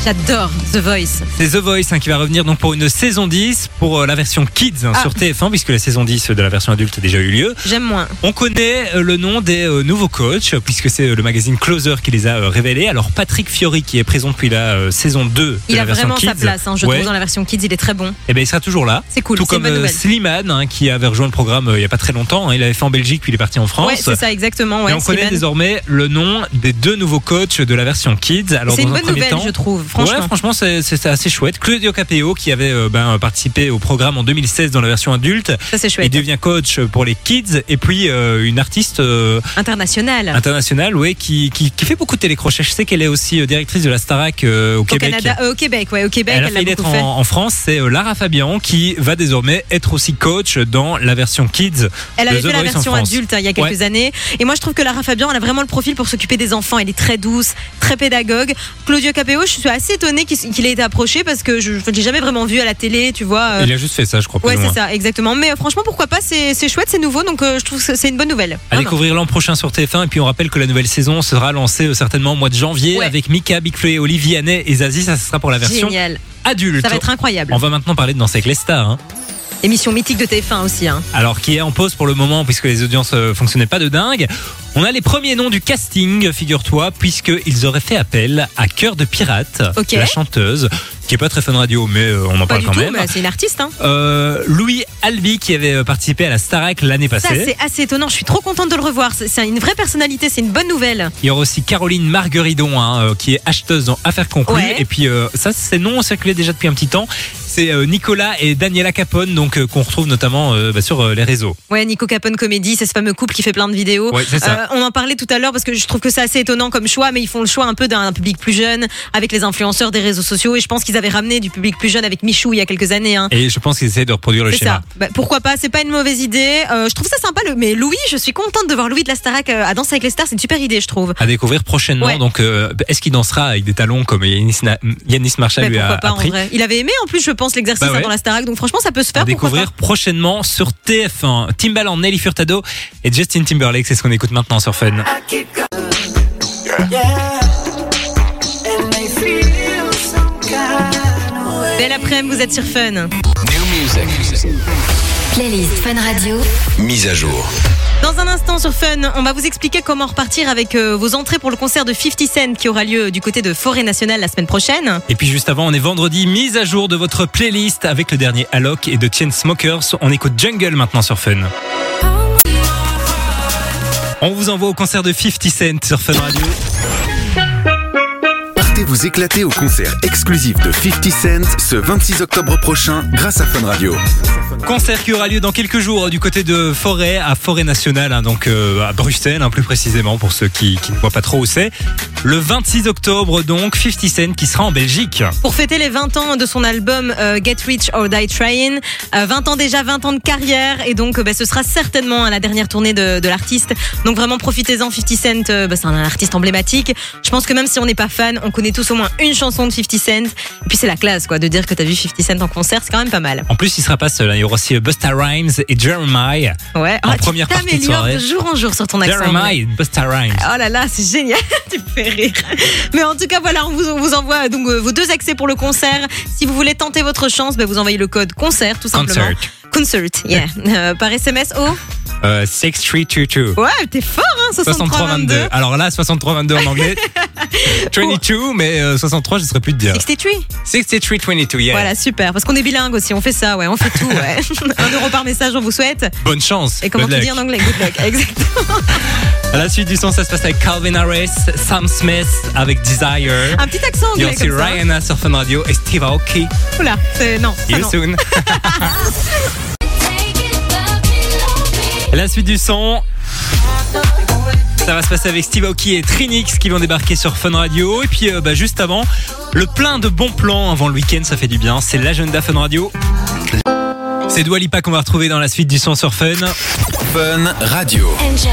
Speaker 1: J'adore The Voice.
Speaker 2: c'est The Voice hein, qui va revenir donc pour une saison 10 pour euh, la version Kids hein,
Speaker 1: Ah.
Speaker 2: sur TF1 puisque la saison 10 de la version adulte a déjà eu lieu.
Speaker 1: J'aime moins.
Speaker 2: On connaît euh, le nom des euh, nouveaux coachs puisque c'est euh, le magazine Closer qui les a euh, révélés. Alors Patrick Fiori qui est présent depuis la euh, saison 2 de
Speaker 1: Il
Speaker 2: la
Speaker 1: a
Speaker 2: version
Speaker 1: vraiment
Speaker 2: Kids.
Speaker 1: sa place. hein, je
Speaker 2: Ouais.
Speaker 1: trouve dans la version kids, il est très bon.
Speaker 2: Eh ben, il sera toujours là.
Speaker 1: C'est cool.
Speaker 2: Tout
Speaker 1: C'est une
Speaker 2: comme
Speaker 1: bonne
Speaker 2: euh,
Speaker 1: nouvelle.
Speaker 2: Slimane, hein, qui avait rejoint le programme euh, il n'y a pas très longtemps. hein. il avait fait en Belgique, puis il est parti en
Speaker 1: Ouais,
Speaker 2: France.
Speaker 1: c'est ça exactement.
Speaker 2: Et
Speaker 1: Ouais,
Speaker 2: on connaît
Speaker 1: Slimane.
Speaker 2: désormais le nom des deux nouveaux coachs de la version Kids. Alors,
Speaker 1: C'est une
Speaker 2: dans un
Speaker 1: bonne
Speaker 2: premier
Speaker 1: nouvelle,
Speaker 2: temps,
Speaker 1: je trouve. franchement.
Speaker 2: Ouais, franchement, c'est- c'est assez chouette. Claudio Capeo, qui avait euh, ben, participé au programme en 2016 dans la version adulte,
Speaker 1: Ça, c'est
Speaker 2: il
Speaker 1: chouette.
Speaker 2: devient coach pour les kids et puis euh, une artiste euh,
Speaker 1: International.
Speaker 2: internationale, ouais, qui, qui, qui fait beaucoup de télécrochet. Je sais qu'elle est aussi euh, directrice de la Starac euh, au
Speaker 1: Au
Speaker 2: Québec.
Speaker 1: Canada, euh, au Québec, ouais, au Québec,
Speaker 2: Elle a
Speaker 1: elle l'a
Speaker 2: failli d'être
Speaker 1: beaucoup fait.
Speaker 2: en, en France, c'est euh, Lara Fabian qui va désormais être aussi coach dans la version kids.
Speaker 1: Elle
Speaker 2: de
Speaker 1: avait
Speaker 2: The
Speaker 1: fait la
Speaker 2: Voice en
Speaker 1: version
Speaker 2: France.
Speaker 1: adulte hein, il y a quelques années. Et moi, je trouve que Lara Fabian, elle a vraiment le profil pour s'occuper des enfants. Elle est très douce, très pédagogue. Claudio Capéo, je suis assez étonnée qu'il qu'il ait été approché parce que je ne l'ai jamais vraiment vu à la télé, tu vois. euh.
Speaker 2: Il a juste fait ça, je crois. plus
Speaker 1: Ouais,
Speaker 2: ou
Speaker 1: c'est
Speaker 2: moins.
Speaker 1: ça, exactement. Mais euh, franchement, pourquoi pas C'est c'est chouette, c'est nouveau, donc euh, je trouve que c'est une bonne nouvelle.
Speaker 2: À
Speaker 1: Vraiment.
Speaker 2: découvrir l'an prochain sur TF1 et puis on rappelle que la nouvelle saison sera lancée euh, certainement au mois de janvier
Speaker 1: Ouais.
Speaker 2: avec Mika, Big Flo et Olivier Vianney et Zazie, ça ce sera pour la version
Speaker 1: Génial.
Speaker 2: adulte.
Speaker 1: Ça va être incroyable.
Speaker 2: On va maintenant parler de Danser avec les stars, hein.
Speaker 1: Émission mythique de TF1 aussi. Hein.
Speaker 2: alors qui est en pause pour le moment puisque les audiences euh, fonctionnaient pas de dingue. On a les premiers noms du casting, figure-toi, puisqu'ils auraient fait appel à Cœur de Pirate,
Speaker 1: Ok.
Speaker 2: la chanteuse, qui est pas très fun radio, mais euh, on en
Speaker 1: Pas
Speaker 2: parle
Speaker 1: du
Speaker 2: quand
Speaker 1: tout,
Speaker 2: même.
Speaker 1: mais c'est une artiste. Hein.
Speaker 2: Euh, Louis Albi qui avait euh, participé à la Starac l'année
Speaker 1: Ça,
Speaker 2: passée.
Speaker 1: c'est assez étonnant. Je suis trop contente de le revoir. C'est- C'est une vraie personnalité, c'est une bonne nouvelle.
Speaker 2: Il y aura aussi Caroline Margueridon, hein, euh, qui est acheteuse dans Affaires conclues.
Speaker 1: Ouais.
Speaker 2: Et puis, euh, ça, ces noms ont circulé déjà depuis un petit temps. C'est euh, Nicolas et Daniela Capone, donc euh, qu'on retrouve notamment euh, bah, sur euh, les réseaux.
Speaker 1: Ouais, Nico Capone Comédie, c'est ce fameux couple qui fait plein de vidéos.
Speaker 2: Ouais, c'est ça.
Speaker 1: Euh, on en parlait tout à l'heure parce que je trouve que c'est assez étonnant comme choix, mais ils font le choix un peu d'un public plus jeune avec les influenceurs des réseaux sociaux. Et je pense qu'ils avaient ramené du public plus jeune avec Michou il y a quelques années. Hein.
Speaker 2: Et je pense qu'ils essaient de reproduire le
Speaker 1: C'est
Speaker 2: schéma.
Speaker 1: ça. Bah, pourquoi pas C'est pas une mauvaise idée. Euh, je trouve ça sympa. Le... Mais Louis, je suis contente de voir Louis de la Starac euh, à Danse avec les stars. C'est une super idée, je trouve.
Speaker 2: À découvrir prochainement.
Speaker 1: Ouais.
Speaker 2: Donc, euh, est-ce qu'il dansera avec des talons comme Yanis, Na- Yanis Marshall
Speaker 1: Bah,
Speaker 2: lui a
Speaker 1: pourquoi pas en
Speaker 2: appris
Speaker 1: vrai Il avait aimé en plus, je pense, l'exercice
Speaker 2: Bah ouais.
Speaker 1: hein, dans la Starac. Donc franchement, ça peut se faire.
Speaker 2: À
Speaker 1: pourquoi
Speaker 2: découvrir prochainement sur TF1. Timbaland, Nelly Furtado et Justin Timberlake, c'est ce qu'on écoute maintenant sur Fun.
Speaker 1: pas. Belle après-midi, vous êtes sur Fun.
Speaker 7: Playlist Fun Radio.
Speaker 5: Mise à jour.
Speaker 1: Dans un instant sur Fun, on va vous expliquer comment repartir avec euh, vos entrées pour le concert de 50 Cent qui aura lieu du côté de Forêt Nationale la semaine prochaine.
Speaker 2: Et puis juste avant, on est vendredi, mise à jour de votre playlist avec le dernier Alok et de Chainsmokers. On écoute Jungle maintenant sur Fun. On vous envoie au concert de 50 Cent sur Fun Radio.
Speaker 5: Partez vous éclater au concert exclusif de 50 Cent ce 26 octobre prochain grâce à Fun Radio.
Speaker 2: Concert qui aura lieu dans quelques jours euh, du côté de Forêt, à Forêt Nationale, hein, donc euh, à Bruxelles hein, plus précisément pour ceux qui, qui ne voient pas trop où c'est. Le 26 octobre donc, 50 Cent qui sera en Belgique.
Speaker 1: Pour fêter les 20 ans de son album euh, Get Rich or Die Trying, Euh, 20 ans déjà, 20 ans de carrière et donc euh, bah, ce sera certainement hein, la dernière tournée de, de l'artiste. Donc vraiment profitez-en, 50 Cent, euh, bah, c'est un artiste emblématique. Je pense que même si on n'est pas fan, on connaît tous au moins une chanson de 50 Cent. Et puis c'est la classe quoi, de dire que t'as vu 50 Cent en concert, c'est quand même pas mal.
Speaker 2: En plus, il sera pas seul, hein, il y aura aussi euh, Busta Rhymes et Jeremiah.
Speaker 1: Ouais,
Speaker 2: En
Speaker 1: Ah, tu
Speaker 2: première partie de
Speaker 1: t'améliores
Speaker 2: soirée.
Speaker 1: de jour en jour sur ton accent.
Speaker 2: Jeremiah et Busta Rhymes.
Speaker 1: Oh là là, c'est génial, tu me fais rire. Mais en tout cas, voilà, on vous, on vous envoie donc euh, vos deux accès pour le concert. Si vous voulez tenter votre chance, ben, vous envoyez le code concert tout simplement.
Speaker 2: Concert.
Speaker 1: Concert, yeah. Euh, par SMS au.
Speaker 2: Euh, 6322.
Speaker 1: Ouais, t'es fort, hein,
Speaker 2: 63-22.
Speaker 1: 6322.
Speaker 2: Alors là, 63-22 en anglais. 22, mais euh, 63, je ne saurais plus te dire.
Speaker 1: 63.
Speaker 2: 63-22, yeah.
Speaker 1: Voilà, super. Parce qu'on est bilingue aussi, on fait ça, ouais, on fait tout, ouais. Un euro par message, on vous souhaite.
Speaker 2: Bonne chance.
Speaker 1: Et comment
Speaker 2: Good
Speaker 1: tu
Speaker 2: luck.
Speaker 1: dis en anglais Good luck, exactement.
Speaker 2: À la suite du son, ça se passe avec Calvin Harris, Sam Smith avec Desire.
Speaker 1: Un petit accent
Speaker 2: Il y a
Speaker 1: Ah, anglais
Speaker 2: aussi
Speaker 1: comme ça.
Speaker 2: Rihanna sur Fun Radio et Steve Aoki.
Speaker 1: Oula, c'est non. ça,
Speaker 2: See you
Speaker 1: non.
Speaker 2: soon. La suite du son. Ça va se passer avec Steve Aoki et Trinix qui vont débarquer sur Fun Radio. Et puis euh, bah, juste avant, le plein de bons plans avant le week-end, ça fait du bien. C'est l'agenda Fun Radio. C'est Dua Lipa qu'on va retrouver dans la suite du son sur Fun.
Speaker 5: Fun Radio.
Speaker 7: Enjoy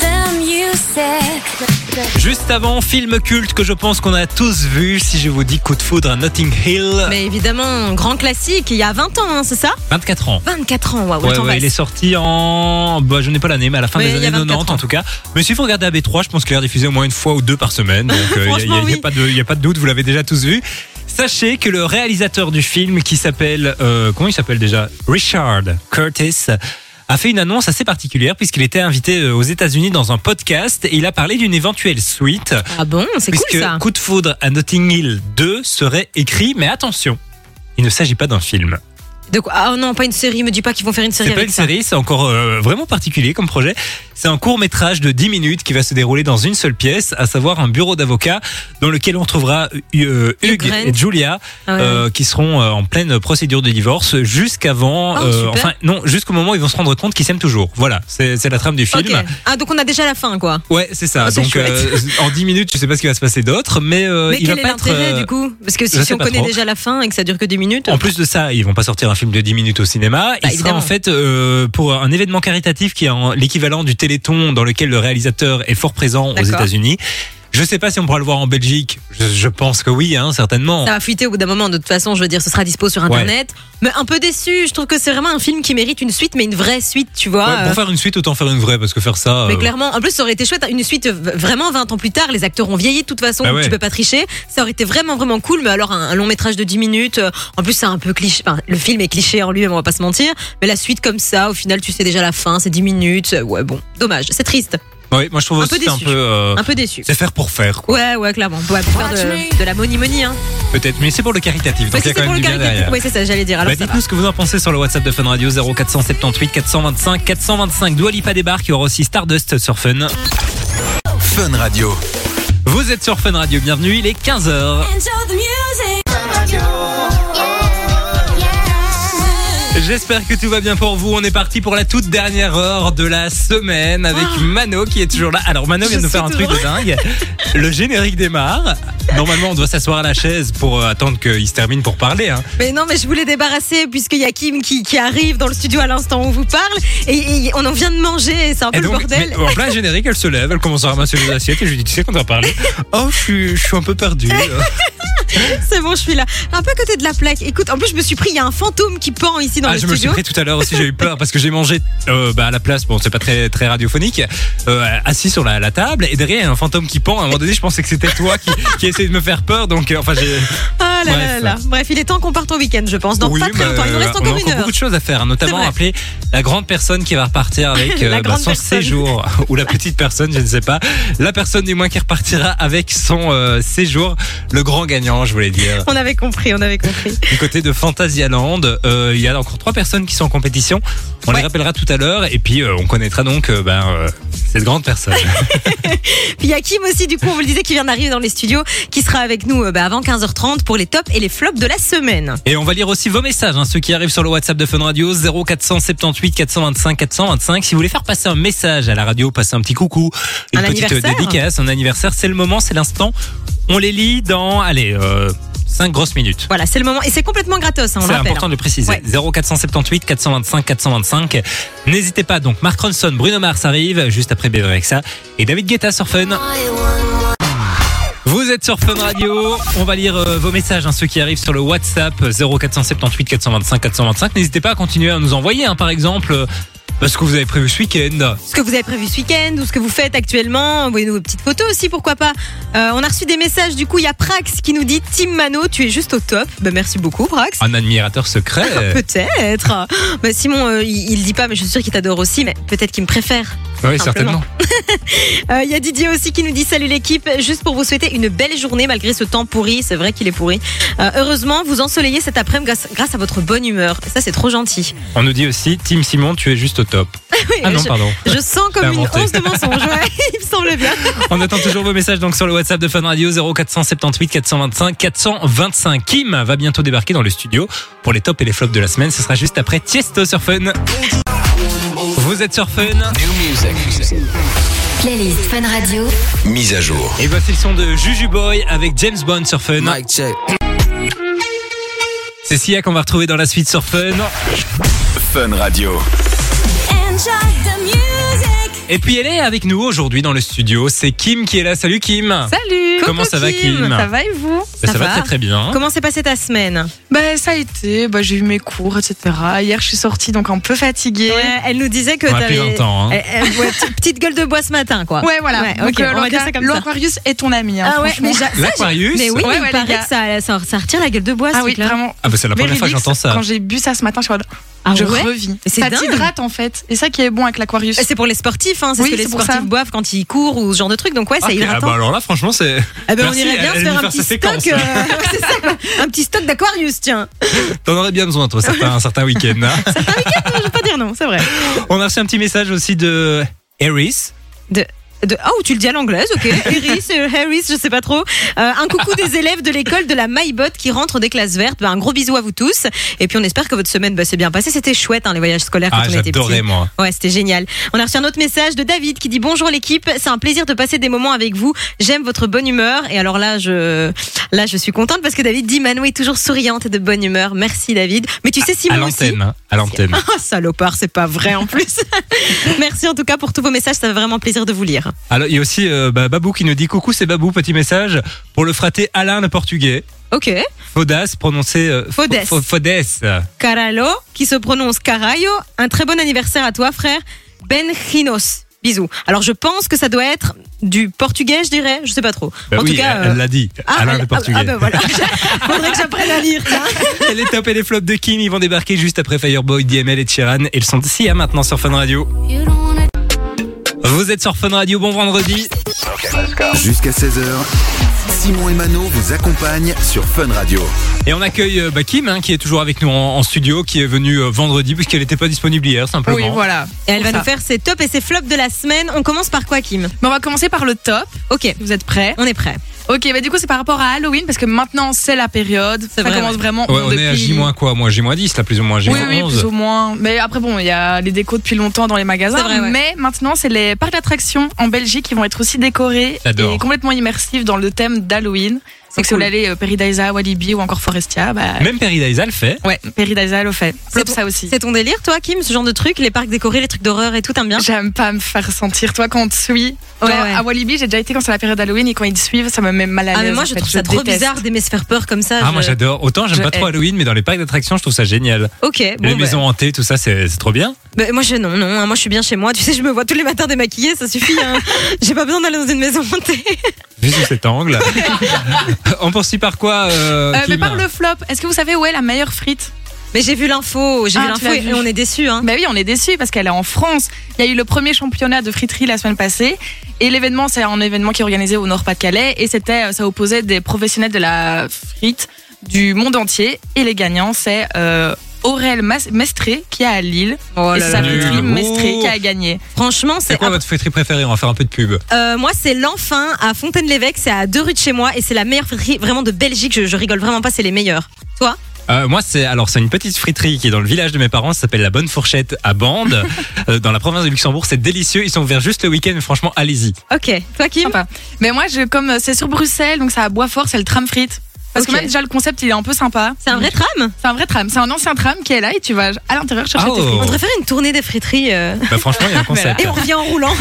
Speaker 7: the music.
Speaker 2: Juste avant, film culte que je pense qu'on a tous vu. Si je vous dis coup de foudre à Notting Hill,
Speaker 1: Mais évidemment, grand classique, il y a 20 ans, hein, c'est ça
Speaker 2: 24 ans.
Speaker 1: 24 ans, waouh,
Speaker 2: Ouais,
Speaker 1: le temps
Speaker 2: ouais, il est
Speaker 1: passe.
Speaker 2: sorti en. Bah, je n'ai pas l'année, mais à la fin
Speaker 1: Ouais,
Speaker 2: des
Speaker 1: il y a
Speaker 2: années
Speaker 1: 24
Speaker 2: 90 en
Speaker 1: ans.
Speaker 2: tout cas. Mais si vous regardez AB3, je pense qu'il est diffusé au moins une fois ou deux par semaine. Donc, euh, il n'y a,
Speaker 1: Franchement,
Speaker 2: il y a
Speaker 1: oui.
Speaker 2: pas de- il y a pas de doute, vous l'avez déjà tous vu. Sachez que le réalisateur du film qui s'appelle. euh, comment il s'appelle déjà Richard Curtis a fait une annonce assez particulière puisqu'il était invité euh, aux États-Unis dans un podcast et il a parlé d'une éventuelle suite
Speaker 1: Ah bon, c'est
Speaker 2: puisque
Speaker 1: cool ça.
Speaker 2: Coup de foudre à Notting Hill 2 serait écrit, mais attention, il ne s'agit pas d'un film.
Speaker 1: De quoi Ah non, pas une série, me dis pas qu'ils vont faire une série
Speaker 2: C'est pas
Speaker 1: avec
Speaker 2: une
Speaker 1: ça.
Speaker 2: série, c'est encore euh, vraiment particulier comme projet. C'est un court métrage de 10 minutes qui va se dérouler dans une seule pièce, à savoir un bureau d'avocat dans lequel on retrouvera euh, Hugues
Speaker 1: Grant.
Speaker 2: et Julia
Speaker 1: Ah ouais.
Speaker 2: euh, qui seront euh, en pleine procédure de divorce jusqu'avant, euh,
Speaker 1: Oh, super.
Speaker 2: enfin non, jusqu'au moment où ils vont se rendre compte qu'ils s'aiment toujours. Voilà, c'est c'est la trame du film.
Speaker 1: Ok. Ah donc on a déjà la fin quoi.
Speaker 2: Ouais, c'est ça.
Speaker 1: Ah, c'est
Speaker 2: Donc euh, en 10 minutes, tu sais pas ce qui va se passer d'autre, mais, euh,
Speaker 1: Mais
Speaker 2: il va
Speaker 1: quel est
Speaker 2: pas être.
Speaker 1: l'intérêt
Speaker 2: euh,
Speaker 1: du coup Parce que
Speaker 2: je
Speaker 1: si, si
Speaker 2: sais
Speaker 1: on
Speaker 2: pas
Speaker 1: connaît
Speaker 2: trop.
Speaker 1: déjà la fin et que ça dure que 10 minutes.
Speaker 2: En plus de ça, ils vont pas sortir un film de 10 minutes au cinéma. il sera
Speaker 1: Bah, évidemment.
Speaker 2: en fait euh, pour un événement caritatif qui est en- l'équivalent du Téléthon dans lequel le réalisateur est fort présent aux
Speaker 1: D'accord.
Speaker 2: États-Unis. Je sais pas si on pourra le voir en Belgique. Je, je pense que oui, hein, certainement.
Speaker 1: Ça va fuiter au bout d'un moment, de toute façon, je veux dire, ce sera dispo sur
Speaker 2: Ouais.
Speaker 1: internet. Mais un peu déçu, je trouve que c'est vraiment un film qui mérite une suite, mais une vraie suite, tu vois.
Speaker 2: Ouais,
Speaker 1: euh,
Speaker 2: pour faire une suite, autant faire une vraie parce que faire ça.
Speaker 1: Mais
Speaker 2: euh,
Speaker 1: clairement, en plus, ça aurait été chouette, une suite euh, v- vraiment 20 ans plus tard, les acteurs ont vieilli de toute façon,
Speaker 2: Bah
Speaker 1: donc
Speaker 2: ouais.
Speaker 1: tu peux pas tricher. Ça aurait été vraiment, vraiment cool, mais alors un, un long métrage de 10 minutes, euh, en plus, c'est un peu cliché, enfin, le film est cliché en lui, on va pas se mentir, mais la suite comme ça, au final, tu sais déjà la fin, c'est 10 minutes, euh, ouais, bon, dommage, c'est triste,
Speaker 2: euh, ouais, moi je trouve
Speaker 1: Un
Speaker 2: aussi
Speaker 1: peu
Speaker 2: que c'est un
Speaker 1: déçu.
Speaker 2: peu. euh,
Speaker 1: un peu déçu.
Speaker 2: c'est faire pour faire, quoi,
Speaker 1: Ouais, ouais, clairement. Ouais, pour faire de, de la money-money, hein.
Speaker 2: peut-être. Mais c'est pour le caritatif.
Speaker 1: Parce
Speaker 2: Donc il
Speaker 1: que
Speaker 2: y
Speaker 1: c'est
Speaker 2: a quand
Speaker 1: pour
Speaker 2: même
Speaker 1: le
Speaker 2: du bien
Speaker 1: caractère.
Speaker 2: derrière.
Speaker 1: Ouais, c'est ça, j'allais dire. Alors,
Speaker 2: Bah,
Speaker 1: ça va.
Speaker 2: Dites-nous ce que vous en pensez sur le WhatsApp de Fun Radio 0478 425 425. Dualipa débarque, il y aura aussi Stardust sur Fun.
Speaker 5: Fun Radio.
Speaker 2: Vous êtes sur Fun Radio, bienvenue, il est 15h.
Speaker 7: Enjoy the music.
Speaker 2: J'espère que tout va bien pour vous. On est parti pour la toute dernière heure de la semaine avec
Speaker 1: Ah.
Speaker 2: Mano qui est toujours là. Alors Mano vient de nous faire un truc de dingue. Le générique démarre. Normalement, on doit s'asseoir à la chaise pour euh, attendre qu'il se termine pour parler. hein.
Speaker 1: Mais non, mais je voulais débarrasser puisqu'il y a Kim qui, qui arrive dans le studio à l'instant où on vous parle et, et on en vient de manger, c'est un peu
Speaker 2: Et donc,
Speaker 1: le bordel.
Speaker 2: mais en plein générique, elle se lève, elle commence à ramasser les assiettes et je lui dis Tu sais qu'on doit parler Oh, je suis, je suis un peu perdu.
Speaker 1: C'est bon, je suis là. Un peu à côté de la plaque. Écoute, en plus, je me suis pris, il y a un fantôme qui pend ici dans
Speaker 2: Ah,
Speaker 1: le
Speaker 2: je me suis
Speaker 1: studio.
Speaker 2: pris tout à l'heure aussi, j'ai eu peur parce que j'ai mangé euh, bah, à la place, bon, c'est pas très, très radiophonique, euh, assis sur la, la table et derrière, il y a un fantôme qui pend. À un moment donné, je pensais que c'était toi qui, qui essayait de me faire peur, donc euh, enfin, j'ai.
Speaker 1: Ah là là
Speaker 2: Bref.
Speaker 1: là là. Bref, il est temps qu'on parte au week-end, je pense. Dans
Speaker 2: Oui,
Speaker 1: pas très
Speaker 2: bah,
Speaker 1: longtemps. Il nous reste
Speaker 2: on
Speaker 1: encore
Speaker 2: a
Speaker 1: une
Speaker 2: encore
Speaker 1: heure.
Speaker 2: beaucoup de choses à faire, hein, notamment
Speaker 1: vrai.
Speaker 2: appeler la grande personne qui va repartir avec euh, bah,
Speaker 1: La grande
Speaker 2: son
Speaker 1: personne.
Speaker 2: séjour ou la petite personne, je ne sais pas. La personne du moins qui repartira avec son euh, séjour, le grand gagnant, je voulais dire.
Speaker 1: On avait compris, on avait compris.
Speaker 2: du côté de Phantasialand. Euh, il y a encore trois personnes qui sont en compétition. On les rappellera tout à l'heure et puis euh, on connaîtra donc euh, ben, euh, cette grande personne.
Speaker 1: Puis il y a Kim aussi, du coup, on vous le disait, qui vient d'arriver dans les studios, qui sera avec nous euh, bah, avant 15h30 pour les tops et les flops de la semaine.
Speaker 2: et on va lire aussi vos messages, hein, ceux qui arrivent sur le WhatsApp de Fun Radio 0478 425 425. Si vous voulez faire passer un message à la radio, passer un petit coucou, une
Speaker 1: Un
Speaker 2: petite euh,
Speaker 1: anniversaire.
Speaker 2: dédicace, un anniversaire, c'est le moment, c'est l'instant. On les lit dans, allez, 5 grosses minutes.
Speaker 1: Voilà, c'est le moment. Et c'est complètement gratos, hein, on
Speaker 2: C'est
Speaker 1: le rappelle.
Speaker 2: important de le préciser.
Speaker 1: Ouais.
Speaker 2: 0478 425 425. N'hésitez pas donc. Mark Ronson, Bruno Mars arrive juste après ça et David Guetta sur Fun. Vous êtes sur Fun Radio. On va lire euh, vos messages, hein, ceux qui arrivent sur le WhatsApp euh, 0478 425 425. N'hésitez pas à continuer à nous envoyer, hein, par exemple, euh, parce que vous avez prévu ce week-end.
Speaker 1: ce que vous avez prévu ce week-end ou ce que vous faites actuellement. Envoyez-nous vos petites photos aussi, pourquoi pas. Euh, on a reçu des messages, du coup, il y a Prax qui nous dit Tim Mano, tu es juste au top. Ben, merci beaucoup, Prax.
Speaker 2: Un admirateur
Speaker 1: Ah,
Speaker 2: secret.
Speaker 1: Peut-être. Mais Simon, euh, il, il dit pas, mais je suis sûre qu'il t'adore aussi, mais peut-être qu'il me préfère.
Speaker 2: oui,
Speaker 1: simplement. Euh, Il y a Didier aussi qui nous dit salut l'équipe, juste pour vous souhaiter une belle journée malgré ce temps pourri. C'est vrai qu'il est pourri. Euh, heureusement, vous ensoleillez cet après-midi grâce, grâce à votre bonne humeur. Ça, c'est trop gentil.
Speaker 2: On nous dit aussi, Tim Simon, tu es juste au top.
Speaker 1: Oui,
Speaker 2: Ah non,
Speaker 1: je,
Speaker 2: pardon.
Speaker 1: je sens
Speaker 2: T'as
Speaker 1: comme une
Speaker 2: inventé.
Speaker 1: once de mensonge. Ouais, il me semble bien.
Speaker 2: On attend toujours vos messages donc sur le WhatsApp de Fun Radio 0478 425 425. Kim va bientôt débarquer dans le studio pour les tops et les flops de la semaine. Ce sera juste après Tiesto sur Fun. Vous êtes sur Fun
Speaker 7: Playlist Fun Radio.
Speaker 5: Mise à jour.
Speaker 2: et voici le son de Juju Boy avec James Bond sur Fun.
Speaker 4: Mic check.
Speaker 2: C'est Sia qu'on va retrouver dans la suite sur Fun.
Speaker 5: Fun Radio.
Speaker 7: Enjoy the music.
Speaker 2: Et puis elle est avec nous aujourd'hui dans le studio. C'est Kim qui est là. Salut Kim.
Speaker 3: Salut
Speaker 2: Comment ça va, Kim
Speaker 3: Ça va et vous
Speaker 2: Bah,
Speaker 1: ça
Speaker 2: va,
Speaker 1: va
Speaker 2: très très bien.
Speaker 1: Comment s'est passée ta semaine
Speaker 3: Bah ça a été, bah, j'ai eu mes cours, etc. Hier je suis sortie donc un peu fatiguée.
Speaker 1: Ouais, elle nous disait que
Speaker 2: On a pris
Speaker 1: t'avais.
Speaker 2: 20 ans. hein.
Speaker 1: Elle- elle- ouais, petite- petite gueule de bois ce matin, quoi.
Speaker 3: Ouais, voilà.
Speaker 1: Ouais,
Speaker 3: Donc,
Speaker 1: ok,
Speaker 3: euh,
Speaker 1: on va dire
Speaker 3: l'Aquarius-
Speaker 1: ça comme ça.
Speaker 3: L'Aquarius est ton ami. hein,
Speaker 1: Ah ouais,
Speaker 3: franchement.
Speaker 1: mais, j'a- ça,
Speaker 2: L'Aquarius
Speaker 1: j'ai- mais oui,
Speaker 3: Ouais,
Speaker 1: il
Speaker 3: ouais, les
Speaker 1: paraît
Speaker 3: gars.
Speaker 1: que ça, ça, ça retire la gueule de bois,
Speaker 3: Ah
Speaker 1: ce
Speaker 3: oui,
Speaker 1: truc-là.
Speaker 3: vraiment.
Speaker 2: Ah bah c'est la première fois que
Speaker 3: Véridique,
Speaker 2: j'entends ça.
Speaker 3: Quand j'ai bu ça ce matin, je, suis en mode,
Speaker 1: Ah
Speaker 3: je
Speaker 1: ouais
Speaker 3: revis.
Speaker 1: Mais c'est
Speaker 3: Ça
Speaker 1: dingue.
Speaker 3: t'hydrate en fait. Et ça qui est bon avec l'Aquarius.
Speaker 1: C'est pour les sportifs, hein, c'est
Speaker 3: Oui,
Speaker 1: ce que les
Speaker 3: c'est pour
Speaker 1: sportifs
Speaker 3: ça.
Speaker 1: boivent quand ils courent ou ce genre de truc, donc ouais, ça
Speaker 2: Ah, ok. Ah,
Speaker 1: hydratant.
Speaker 2: bah alors là franchement c'est
Speaker 1: Eh ben, on
Speaker 2: Merci,
Speaker 1: irait bien
Speaker 2: elle-
Speaker 1: se
Speaker 2: elle
Speaker 1: faire
Speaker 2: veut
Speaker 1: un
Speaker 2: faire
Speaker 1: petit
Speaker 2: sa
Speaker 1: stock.
Speaker 2: séquence.
Speaker 1: euh, c'est ça, un petit stock d'Aquarius, tiens.
Speaker 2: T'en aurais bien besoin, toi, certains, certains week-ends. hein.
Speaker 1: Je vais pas dire non, c'est vrai.
Speaker 2: On a reçu un petit message aussi de Harris.
Speaker 1: De- oh, tu le dis à l'anglaise, ok. Harris, euh, Harris, je sais pas trop. Euh, un coucou des élèves de l'école de la MyBot qui rentrent des classes vertes. Ben, un gros bisou à vous tous. Et puis on espère que votre semaine bah, s'est bien passée. C'était chouette hein, les voyages scolaires quand
Speaker 2: Ah,
Speaker 1: on était
Speaker 2: j'adorais,
Speaker 1: petits.
Speaker 2: moi.
Speaker 1: Ouais, c'était génial. On a reçu un autre message de David qui dit bonjour l'équipe. C'est un plaisir de passer des moments avec vous. J'aime votre bonne humeur. Et alors là, je là je suis contente parce que David dit Manon est toujours souriante et de bonne humeur. Merci David. Mais tu sais
Speaker 2: À
Speaker 1: Simon aussi.
Speaker 2: l'antenne. hein, À l'antenne.
Speaker 1: Ah salopard, c'est pas vrai en plus. Merci en tout cas pour tous vos messages. Ça fait vraiment plaisir de vous lire.
Speaker 2: Alors, il y a aussi euh, bah, Babou qui nous dit Coucou, c'est Babou, petit message pour le fraté Alain le portugais.
Speaker 1: Ok.
Speaker 2: Fodas, prononcé. euh, fo-
Speaker 1: Fodas.
Speaker 2: fo- Fodes.
Speaker 1: Caralo, qui se prononce Carayo. Un très bon anniversaire à toi, frère. Benjinos. Bisous. Alors, je pense que ça doit être du portugais, je dirais. Je sais pas trop.
Speaker 2: Bah
Speaker 1: en
Speaker 2: oui,
Speaker 1: tout cas.
Speaker 2: elle
Speaker 1: euh,
Speaker 2: elle l'a dit.
Speaker 1: ah,
Speaker 2: Alain
Speaker 1: elle-
Speaker 2: le
Speaker 1: ah,
Speaker 2: portugais.
Speaker 1: Ah, bah voilà. Faudrait que j'apprenne à lire, tiens.
Speaker 2: Et les tops et les flops de Kim, ils vont débarquer juste après Fireboy, DML et Chiran. Ils sont ici à maintenant sur Fun Radio.
Speaker 7: You don't wanna
Speaker 2: Vous êtes sur Fun Radio, bon vendredi.
Speaker 5: Jusqu'à 16h, Simon et Mano vous accompagnent sur Fun Radio.
Speaker 2: Et on accueille euh, bah, Kim, hein, qui est toujours avec nous en, en studio, qui est venue euh, vendredi, puisqu'elle n'était pas disponible hier, simplement.
Speaker 8: Oui, voilà.
Speaker 1: Et elle va
Speaker 8: Ça.
Speaker 1: nous faire ses tops et ses flops de la semaine. On commence par quoi, Kim
Speaker 8: Mais on va commencer par le top.
Speaker 1: Ok,
Speaker 8: Vous êtes prêts
Speaker 1: on est prêt.
Speaker 8: Ok, bah du coup, c'est par rapport à Halloween parce que maintenant, c'est la période. Ça
Speaker 1: vrai,
Speaker 8: commence
Speaker 1: ouais.
Speaker 8: vraiment.
Speaker 2: Ouais,
Speaker 8: bon,
Speaker 2: on est à
Speaker 8: depuis-
Speaker 2: J- quoi, moi, J-10, là, plus ou moins, J-11.
Speaker 8: Oui, oui, plus ou moins. Mais après, bon, il y a les décos depuis longtemps dans les magasins.
Speaker 1: C'est vrai, ouais.
Speaker 8: Mais maintenant, c'est les parcs d'attractions en Belgique qui vont être aussi décorés
Speaker 2: J'adore.
Speaker 8: et complètement immersifs dans le thème d'Halloween. Donc, si vous
Speaker 1: cool.
Speaker 8: voulez aller euh, Peridaisa, Walibi ou encore Forestia, bah.
Speaker 2: Même Peridaisa le fait.
Speaker 8: Ouais, Peridaisa le fait. Flop
Speaker 1: ton-
Speaker 8: ça aussi.
Speaker 1: C'est ton délire, toi, Kim Ce genre de truc Les parcs décorés, les trucs d'horreur et tout, t'aimes bien
Speaker 8: J'aime pas me faire sentir, toi, quand on te suit.
Speaker 1: Ouais,
Speaker 8: Genre,
Speaker 1: ah ouais.
Speaker 8: À Walibi, j'ai déjà été quand c'est la période d'Halloween et quand ils te suivent, ça me met mal à l'aise.
Speaker 1: Ah, mais moi,
Speaker 8: en
Speaker 1: je
Speaker 8: fait.
Speaker 1: trouve ça trop
Speaker 8: déteste.
Speaker 1: bizarre d'aimer se faire peur comme ça.
Speaker 2: Ah,
Speaker 1: je-
Speaker 2: moi j'adore. Autant j'aime
Speaker 8: je
Speaker 2: pas trop
Speaker 8: hais. ben.
Speaker 2: Halloween, mais dans les parcs d'attractions, je trouve ça génial.
Speaker 1: Ok, bon.
Speaker 2: les
Speaker 1: bah,
Speaker 2: maisons hantées, tout ça, c'est c'est trop bien.
Speaker 1: Bah, moi je non non hein, moi je suis bien chez moi tu sais je me vois tous les matins démaquillée ça suffit hein. j'ai pas besoin d'aller dans une maison montée
Speaker 2: Vu sous cet angle. on poursuit par quoi euh,
Speaker 8: Euh, mais
Speaker 2: Kim
Speaker 8: par le flop, est-ce que vous savez où est la meilleure frite
Speaker 1: mais j'ai vu l'info j'ai
Speaker 8: Ah,
Speaker 1: vu
Speaker 8: tu
Speaker 1: l'info
Speaker 8: l'as
Speaker 1: et,
Speaker 8: vu.
Speaker 1: et on est déçus hein.
Speaker 8: Bah oui, on est déçus parce qu'elle est en France. Il y a eu le premier championnat de friterie la semaine passée. Et l'événement, c'est un événement qui est organisé au Nord-Pas-de-Calais. Et c'était, euh, ça opposait des professionnels de la frite du monde entier. Et les gagnants, c'est euh, Aurel Mas- Mestré qui est à Lille.
Speaker 1: Oh
Speaker 8: et c'est sa
Speaker 2: Oh là.
Speaker 8: friterie
Speaker 2: Nul.
Speaker 8: Mestré
Speaker 2: Oh.
Speaker 8: qui a gagné.
Speaker 1: franchement
Speaker 2: C'est
Speaker 1: c'est
Speaker 8: Ah.
Speaker 2: quoi votre fêterie préférée On va faire un peu de pub.
Speaker 1: Euh, moi c'est l'enfin à Fontaine-l'Évêque c'est à deux rues de chez moi et c'est la meilleure friterie vraiment de Belgique je, je rigole vraiment pas c'est les meilleurs toi
Speaker 2: Euh, moi, c'est alors c'est une petite friterie qui est dans le village de mes parents. Ça s'appelle la Bonne Fourchette à Bande, euh, dans la province de Luxembourg. C'est délicieux. Ils sont ouverts juste le week-end. mais Franchement, allez-y.
Speaker 1: ok toi Kim
Speaker 8: Sympa. Mais moi, je, comme euh, c'est sur Bruxelles, donc ça à Boisfort, c'est le tram frite. Parce
Speaker 1: Ok.
Speaker 8: que même déjà, le concept, il est un peu sympa.
Speaker 1: c'est un vrai tram
Speaker 8: C'est un vrai tram. C'est un ancien tram qui est là et tu vas à l'intérieur chercher
Speaker 2: Ah,
Speaker 8: tes frites.
Speaker 2: oh.
Speaker 1: on devrait faire une tournée des friteries euh,
Speaker 2: Bah, franchement, il y a un concept.
Speaker 1: et on revient en roulant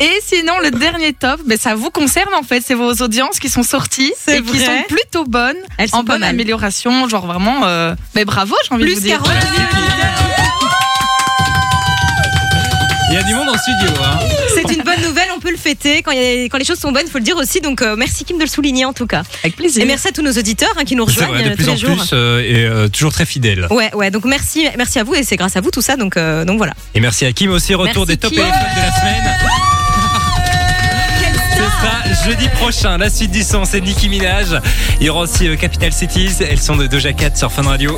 Speaker 8: Et sinon, le dernier top, ben, ça vous concerne en fait. C'est vos audiences qui sont sorties
Speaker 1: C'est
Speaker 8: et qui
Speaker 1: vrai.
Speaker 8: sont plutôt bonnes,
Speaker 1: Elles sont
Speaker 8: en
Speaker 1: pas
Speaker 8: bonne
Speaker 1: mal.
Speaker 8: amélioration. Genre vraiment, euh, mais bravo, j'ai envie de
Speaker 1: plus
Speaker 8: vous dire.
Speaker 1: Caroline
Speaker 2: Il y a du monde en studio. Hein.
Speaker 1: c'est une bonne nouvelle on peut le fêter quand, il y a- quand les choses sont bonnes faut le dire aussi donc euh, merci Kim de le souligner en tout cas
Speaker 8: Avec plaisir.
Speaker 1: et merci à tous nos auditeurs hein, qui nous
Speaker 2: C'est
Speaker 1: rejoignent euh,
Speaker 2: vrai, de plus
Speaker 1: tous
Speaker 2: en
Speaker 1: les jours
Speaker 2: plus euh, et euh, toujours très fidèle.
Speaker 1: Ouais, ouais, donc merci, merci à vous et c'est grâce à vous tout ça, donc, euh, donc voilà.
Speaker 2: Et merci à Kim aussi. Retour
Speaker 1: Merci,
Speaker 2: des top et
Speaker 1: Kim.
Speaker 2: des flops de la semaine. C'est ça, jeudi prochain, la suite du son, c'est Nicki Minaj. Il y aura aussi euh, Capital Cities, elles sont de Doja Cat sur Fun Radio.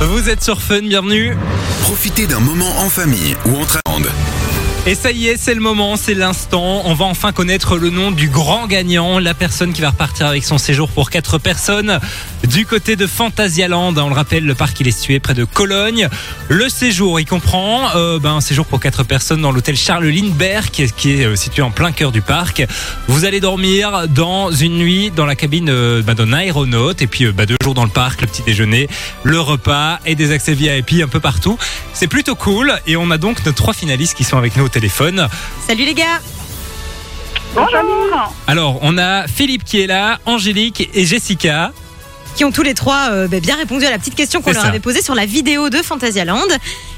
Speaker 2: Vous êtes sur Fun, bienvenue.
Speaker 5: Profitez d'un moment en famille ou entre amis.
Speaker 2: Et ça y est, c'est le moment, c'est l'instant. On va enfin connaître le nom du grand gagnant, la personne qui va repartir avec son séjour pour quatre personnes du côté de Fantasialand. On le rappelle, le parc il est situé près de Cologne. Le séjour, il comprend euh, ben, un séjour pour quatre personnes dans l'hôtel Charles Lindbergh, qui est- qui est euh, situé en plein cœur du parc. Vous allez dormir dans une nuit dans la cabine euh, bah, d'un aéronaute et puis euh, bah, deux jours dans le parc, le petit déjeuner, le repas et des accès VIP un peu partout. C'est plutôt cool et on a donc nos trois finalistes qui sont avec nous au téléphone.
Speaker 1: Salut les gars
Speaker 6: Bonjour.
Speaker 2: Alors on a Philippe qui est là, Angélique et Jessica.
Speaker 1: Qui ont tous les trois euh, bah, bien répondu à la petite question qu'on
Speaker 2: C'est
Speaker 1: leur
Speaker 2: ça.
Speaker 1: avait posée sur la vidéo de Phantasialand.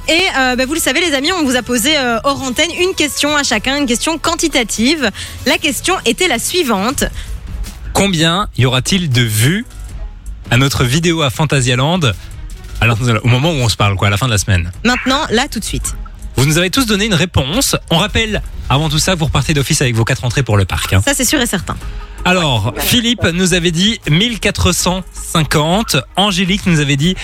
Speaker 1: Et euh, bah, vous le savez les amis, on vous a posé euh, hors antenne une question à chacun, une question quantitative. La question était la suivante.
Speaker 2: Combien y aura-t-il de vues à notre vidéo à Fantasialand alors, au moment où on se parle, quoi, à la fin de la semaine
Speaker 1: Maintenant, là tout de suite.
Speaker 2: Vous nous avez tous donné une réponse. On rappelle, avant tout ça, vous repartez d'office avec vos quatre entrées pour le parc. hein.
Speaker 1: Ça, c'est sûr et certain.
Speaker 2: Alors, Philippe nous avait dit 1450, Angélique nous avait dit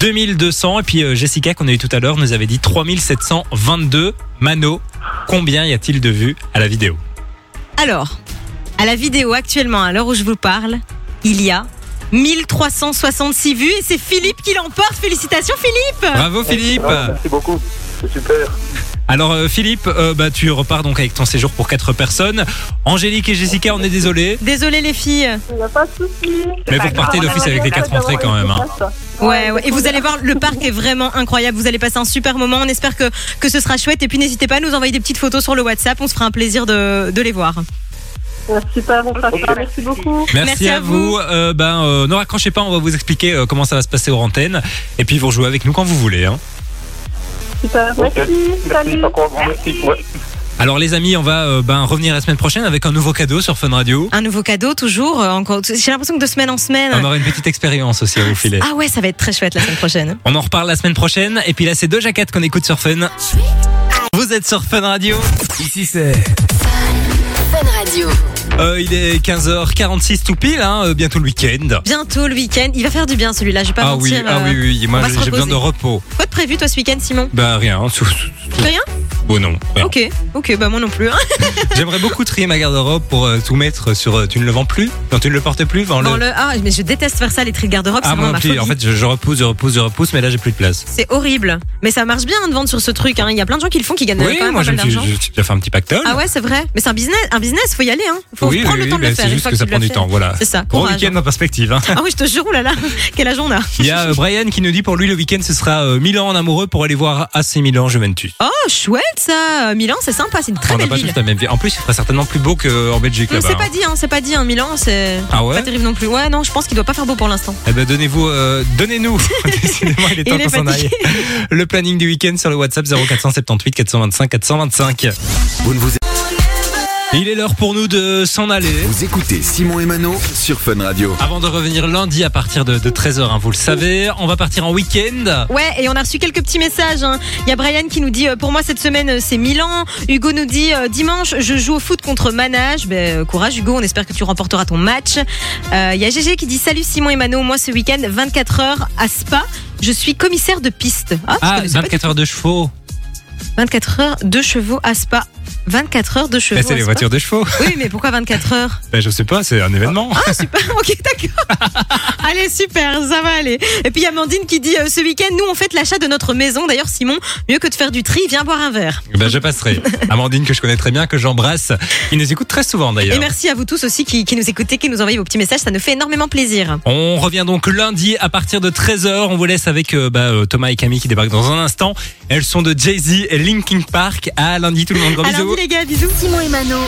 Speaker 2: 2200, et puis euh, Jessica, qu'on a eu tout à l'heure, nous avait dit 3722. Mano, combien y a-t-il de vues à la vidéo
Speaker 1: Alors, à la vidéo actuellement, à l'heure où je vous parle, il y a 1366 vues et c'est Philippe qui l'emporte. Félicitations Philippe
Speaker 2: Bravo Philippe
Speaker 9: Ah, Merci beaucoup, c'est super.
Speaker 2: Alors euh, Philippe, euh, bah, tu repars donc avec ton séjour pour quatre personnes. Angélique et Jessica, on est désolé,
Speaker 1: Désolé les filles.
Speaker 6: Il n'y a pas de souci.
Speaker 2: mais vous repartez d'office avec les quatre entrées quand même. hein.
Speaker 1: Ah, Ouais, ouais. Et vous allez voir, le parc est vraiment incroyable. Vous allez passer un super moment. On espère que, que ce sera chouette. Et puis n'hésitez pas à nous envoyer des petites photos sur le WhatsApp. On se fera un plaisir de, de les voir.
Speaker 6: Super, on fera ça. Merci beaucoup.
Speaker 2: Merci,
Speaker 1: Merci
Speaker 2: à
Speaker 1: à
Speaker 2: vous. Euh, ben, euh, ne raccrochez pas, on va vous expliquer euh, comment ça va se passer aux antennes. Et puis vous rejouez avec nous quand vous voulez. hein.
Speaker 6: Super,
Speaker 9: Ok.
Speaker 6: merci. Salut.
Speaker 9: encore un grand merci. Ouais.
Speaker 2: Alors les amis, on va euh, ben, revenir la semaine prochaine avec un nouveau cadeau sur Fun Radio.
Speaker 1: Un nouveau cadeau toujours. euh, Encore. J'ai l'impression que de semaine en
Speaker 2: On
Speaker 1: semaine.
Speaker 2: aura une petite expérience aussi à vous filer.
Speaker 1: Ah ouais, ça va être très chouette la semaine prochaine.
Speaker 2: On en reparle la semaine prochaine. Et puis là, c'est deux jaquettes qu'on écoute sur Fun. Vous êtes sur Fun Radio.
Speaker 5: Ici c'est
Speaker 7: Fun Radio.
Speaker 2: Euh, il est 15h46 tout pile, hein, euh, bientôt le week-end.
Speaker 1: Bientôt le week-end. Il va faire du bien celui-là. Je vais pas
Speaker 2: Ah oui,
Speaker 1: mentir.
Speaker 2: ah
Speaker 1: euh.
Speaker 2: oui, oui, moi
Speaker 1: on va
Speaker 2: j'ai
Speaker 1: se
Speaker 2: j'ai besoin de
Speaker 1: reposer.
Speaker 2: repos.
Speaker 1: Quoi de prévu toi ce week-end, Simon
Speaker 2: Bah rien, tout- tout- tout-
Speaker 1: Rien
Speaker 2: bon non. rien.
Speaker 1: Ok, ok, bah moi non plus. hein.
Speaker 2: J'aimerais beaucoup trier ma garde-robe pour euh, tout mettre sur euh, tu ne le vends plus, non tu ne le portes plus, vends-le.
Speaker 1: Dans le... Ah, mais je déteste faire ça, les tri de garde-robe, c'est
Speaker 2: Ah moi
Speaker 1: vraiment
Speaker 2: non
Speaker 1: ma
Speaker 2: plus,
Speaker 1: phobie.
Speaker 2: en fait je, je repousse, je repousse, je repousse, mais là j'ai plus de place.
Speaker 1: C'est horrible. Mais ça marche bien hein, de vendre sur ce truc. hein. Il y a plein de gens qui le font, qui gagnent
Speaker 2: Oui,
Speaker 1: quand même
Speaker 2: moi
Speaker 1: pas
Speaker 2: je
Speaker 1: mal
Speaker 2: me suis
Speaker 1: d'argent.
Speaker 2: je- j'ai déjà fait un petit pactole.
Speaker 1: Ah ouais, c'est vrai. Mais c'est un business, un business, faut y aller. Hein. Faut
Speaker 2: oui,
Speaker 1: prendre
Speaker 2: oui,
Speaker 1: le temps
Speaker 2: oui,
Speaker 1: de
Speaker 2: bah,
Speaker 1: le faire.
Speaker 2: c'est
Speaker 1: une
Speaker 2: juste
Speaker 1: fois
Speaker 2: que ça
Speaker 1: tu
Speaker 2: prend
Speaker 1: l'as
Speaker 2: du
Speaker 1: fait.
Speaker 2: temps, voilà.
Speaker 1: C'est ça.
Speaker 2: Gros
Speaker 1: courage.
Speaker 2: week-end en perspective. hein.
Speaker 1: Ah oui, je te jure, oulala, quel âge on a.
Speaker 2: Il y a euh, Brian qui nous dit pour lui le week-end ce sera euh, Milan en amoureux pour aller voir AC Milan Juventus.
Speaker 1: Oh, chouette ça. Milan, c'est sympa, c'est une très
Speaker 2: On n'a
Speaker 1: belle
Speaker 2: pas
Speaker 1: ville.
Speaker 2: tous la même vie. En plus, il fera certainement plus beau qu'en Belgique
Speaker 1: Hum,
Speaker 2: là-bas.
Speaker 1: C'est pas
Speaker 2: hein.
Speaker 1: dit, hein, c'est pas dit. Hein. Milan, c'est
Speaker 2: Ah ouais
Speaker 1: pas terrible non plus. Ouais, non, je pense qu'il doit pas faire beau pour l'instant.
Speaker 2: Eh ben donnez-vous, euh, donnez-nous. Décidément, il est temps
Speaker 1: Il est
Speaker 2: qu'on s'en aille.
Speaker 1: fatigué.
Speaker 2: Le planning du week-end sur le WhatsApp 0478 425 425.
Speaker 5: vous ne vous
Speaker 2: Il est l'heure pour nous de s'en aller.
Speaker 5: vous écoutez Simon et Mano sur Fun Radio.
Speaker 2: Avant de revenir lundi à partir de, 13h, vous le savez, on va partir en week-end.
Speaker 1: Ouais, et on a reçu quelques petits messages. hein. Il y a Brian qui nous dit euh, Pour moi, cette semaine, euh, c'est Milan. Hugo nous dit euh, Dimanche, je joue au foot contre Manage. Ben, euh, courage, Hugo, on espère que tu remporteras ton match. Euh, Il y a GG qui dit Salut Simon et Mano, moi ce week-end, 24h à Spa. Je suis commissaire de piste. Ah, je
Speaker 2: Ah,
Speaker 1: connaissais pas
Speaker 2: 24 heures de chevaux.
Speaker 1: du- 24 heures de chevaux à Spa. 24 heures de chevaux.
Speaker 2: Mais c'est
Speaker 1: à
Speaker 2: les
Speaker 1: Spa.
Speaker 2: voitures de chevaux. Oh.
Speaker 1: Oui, mais pourquoi 24 heures
Speaker 2: Ben, je sais pas, c'est un événement.
Speaker 1: Ah, super, ok, d'accord. Allez, super, ça va aller. Et puis, il y a Amandine qui dit euh, Ce week-end, nous, on fête l'achat de notre maison. D'ailleurs, Simon, mieux que de faire du tri, viens boire un verre.
Speaker 2: Ben, je passerai. Amandine, que je connais très bien, que j'embrasse. Il nous écoute très souvent
Speaker 1: Et
Speaker 2: d'ailleurs.
Speaker 1: merci à vous tous aussi qui, qui nous écoutez, qui nous envoyez vos petits messages. Ça nous fait énormément plaisir.
Speaker 2: On revient donc lundi à partir de 13h. On vous laisse avec euh, bah, euh, Thomas et Camille qui débarquent dans un instant. Elles sont de Jay-Z et Linkin Park. À lundi tout le monde. Gros
Speaker 1: À
Speaker 2: bisous.
Speaker 1: lundi, les gars, bisous.
Speaker 7: Simon et Mano.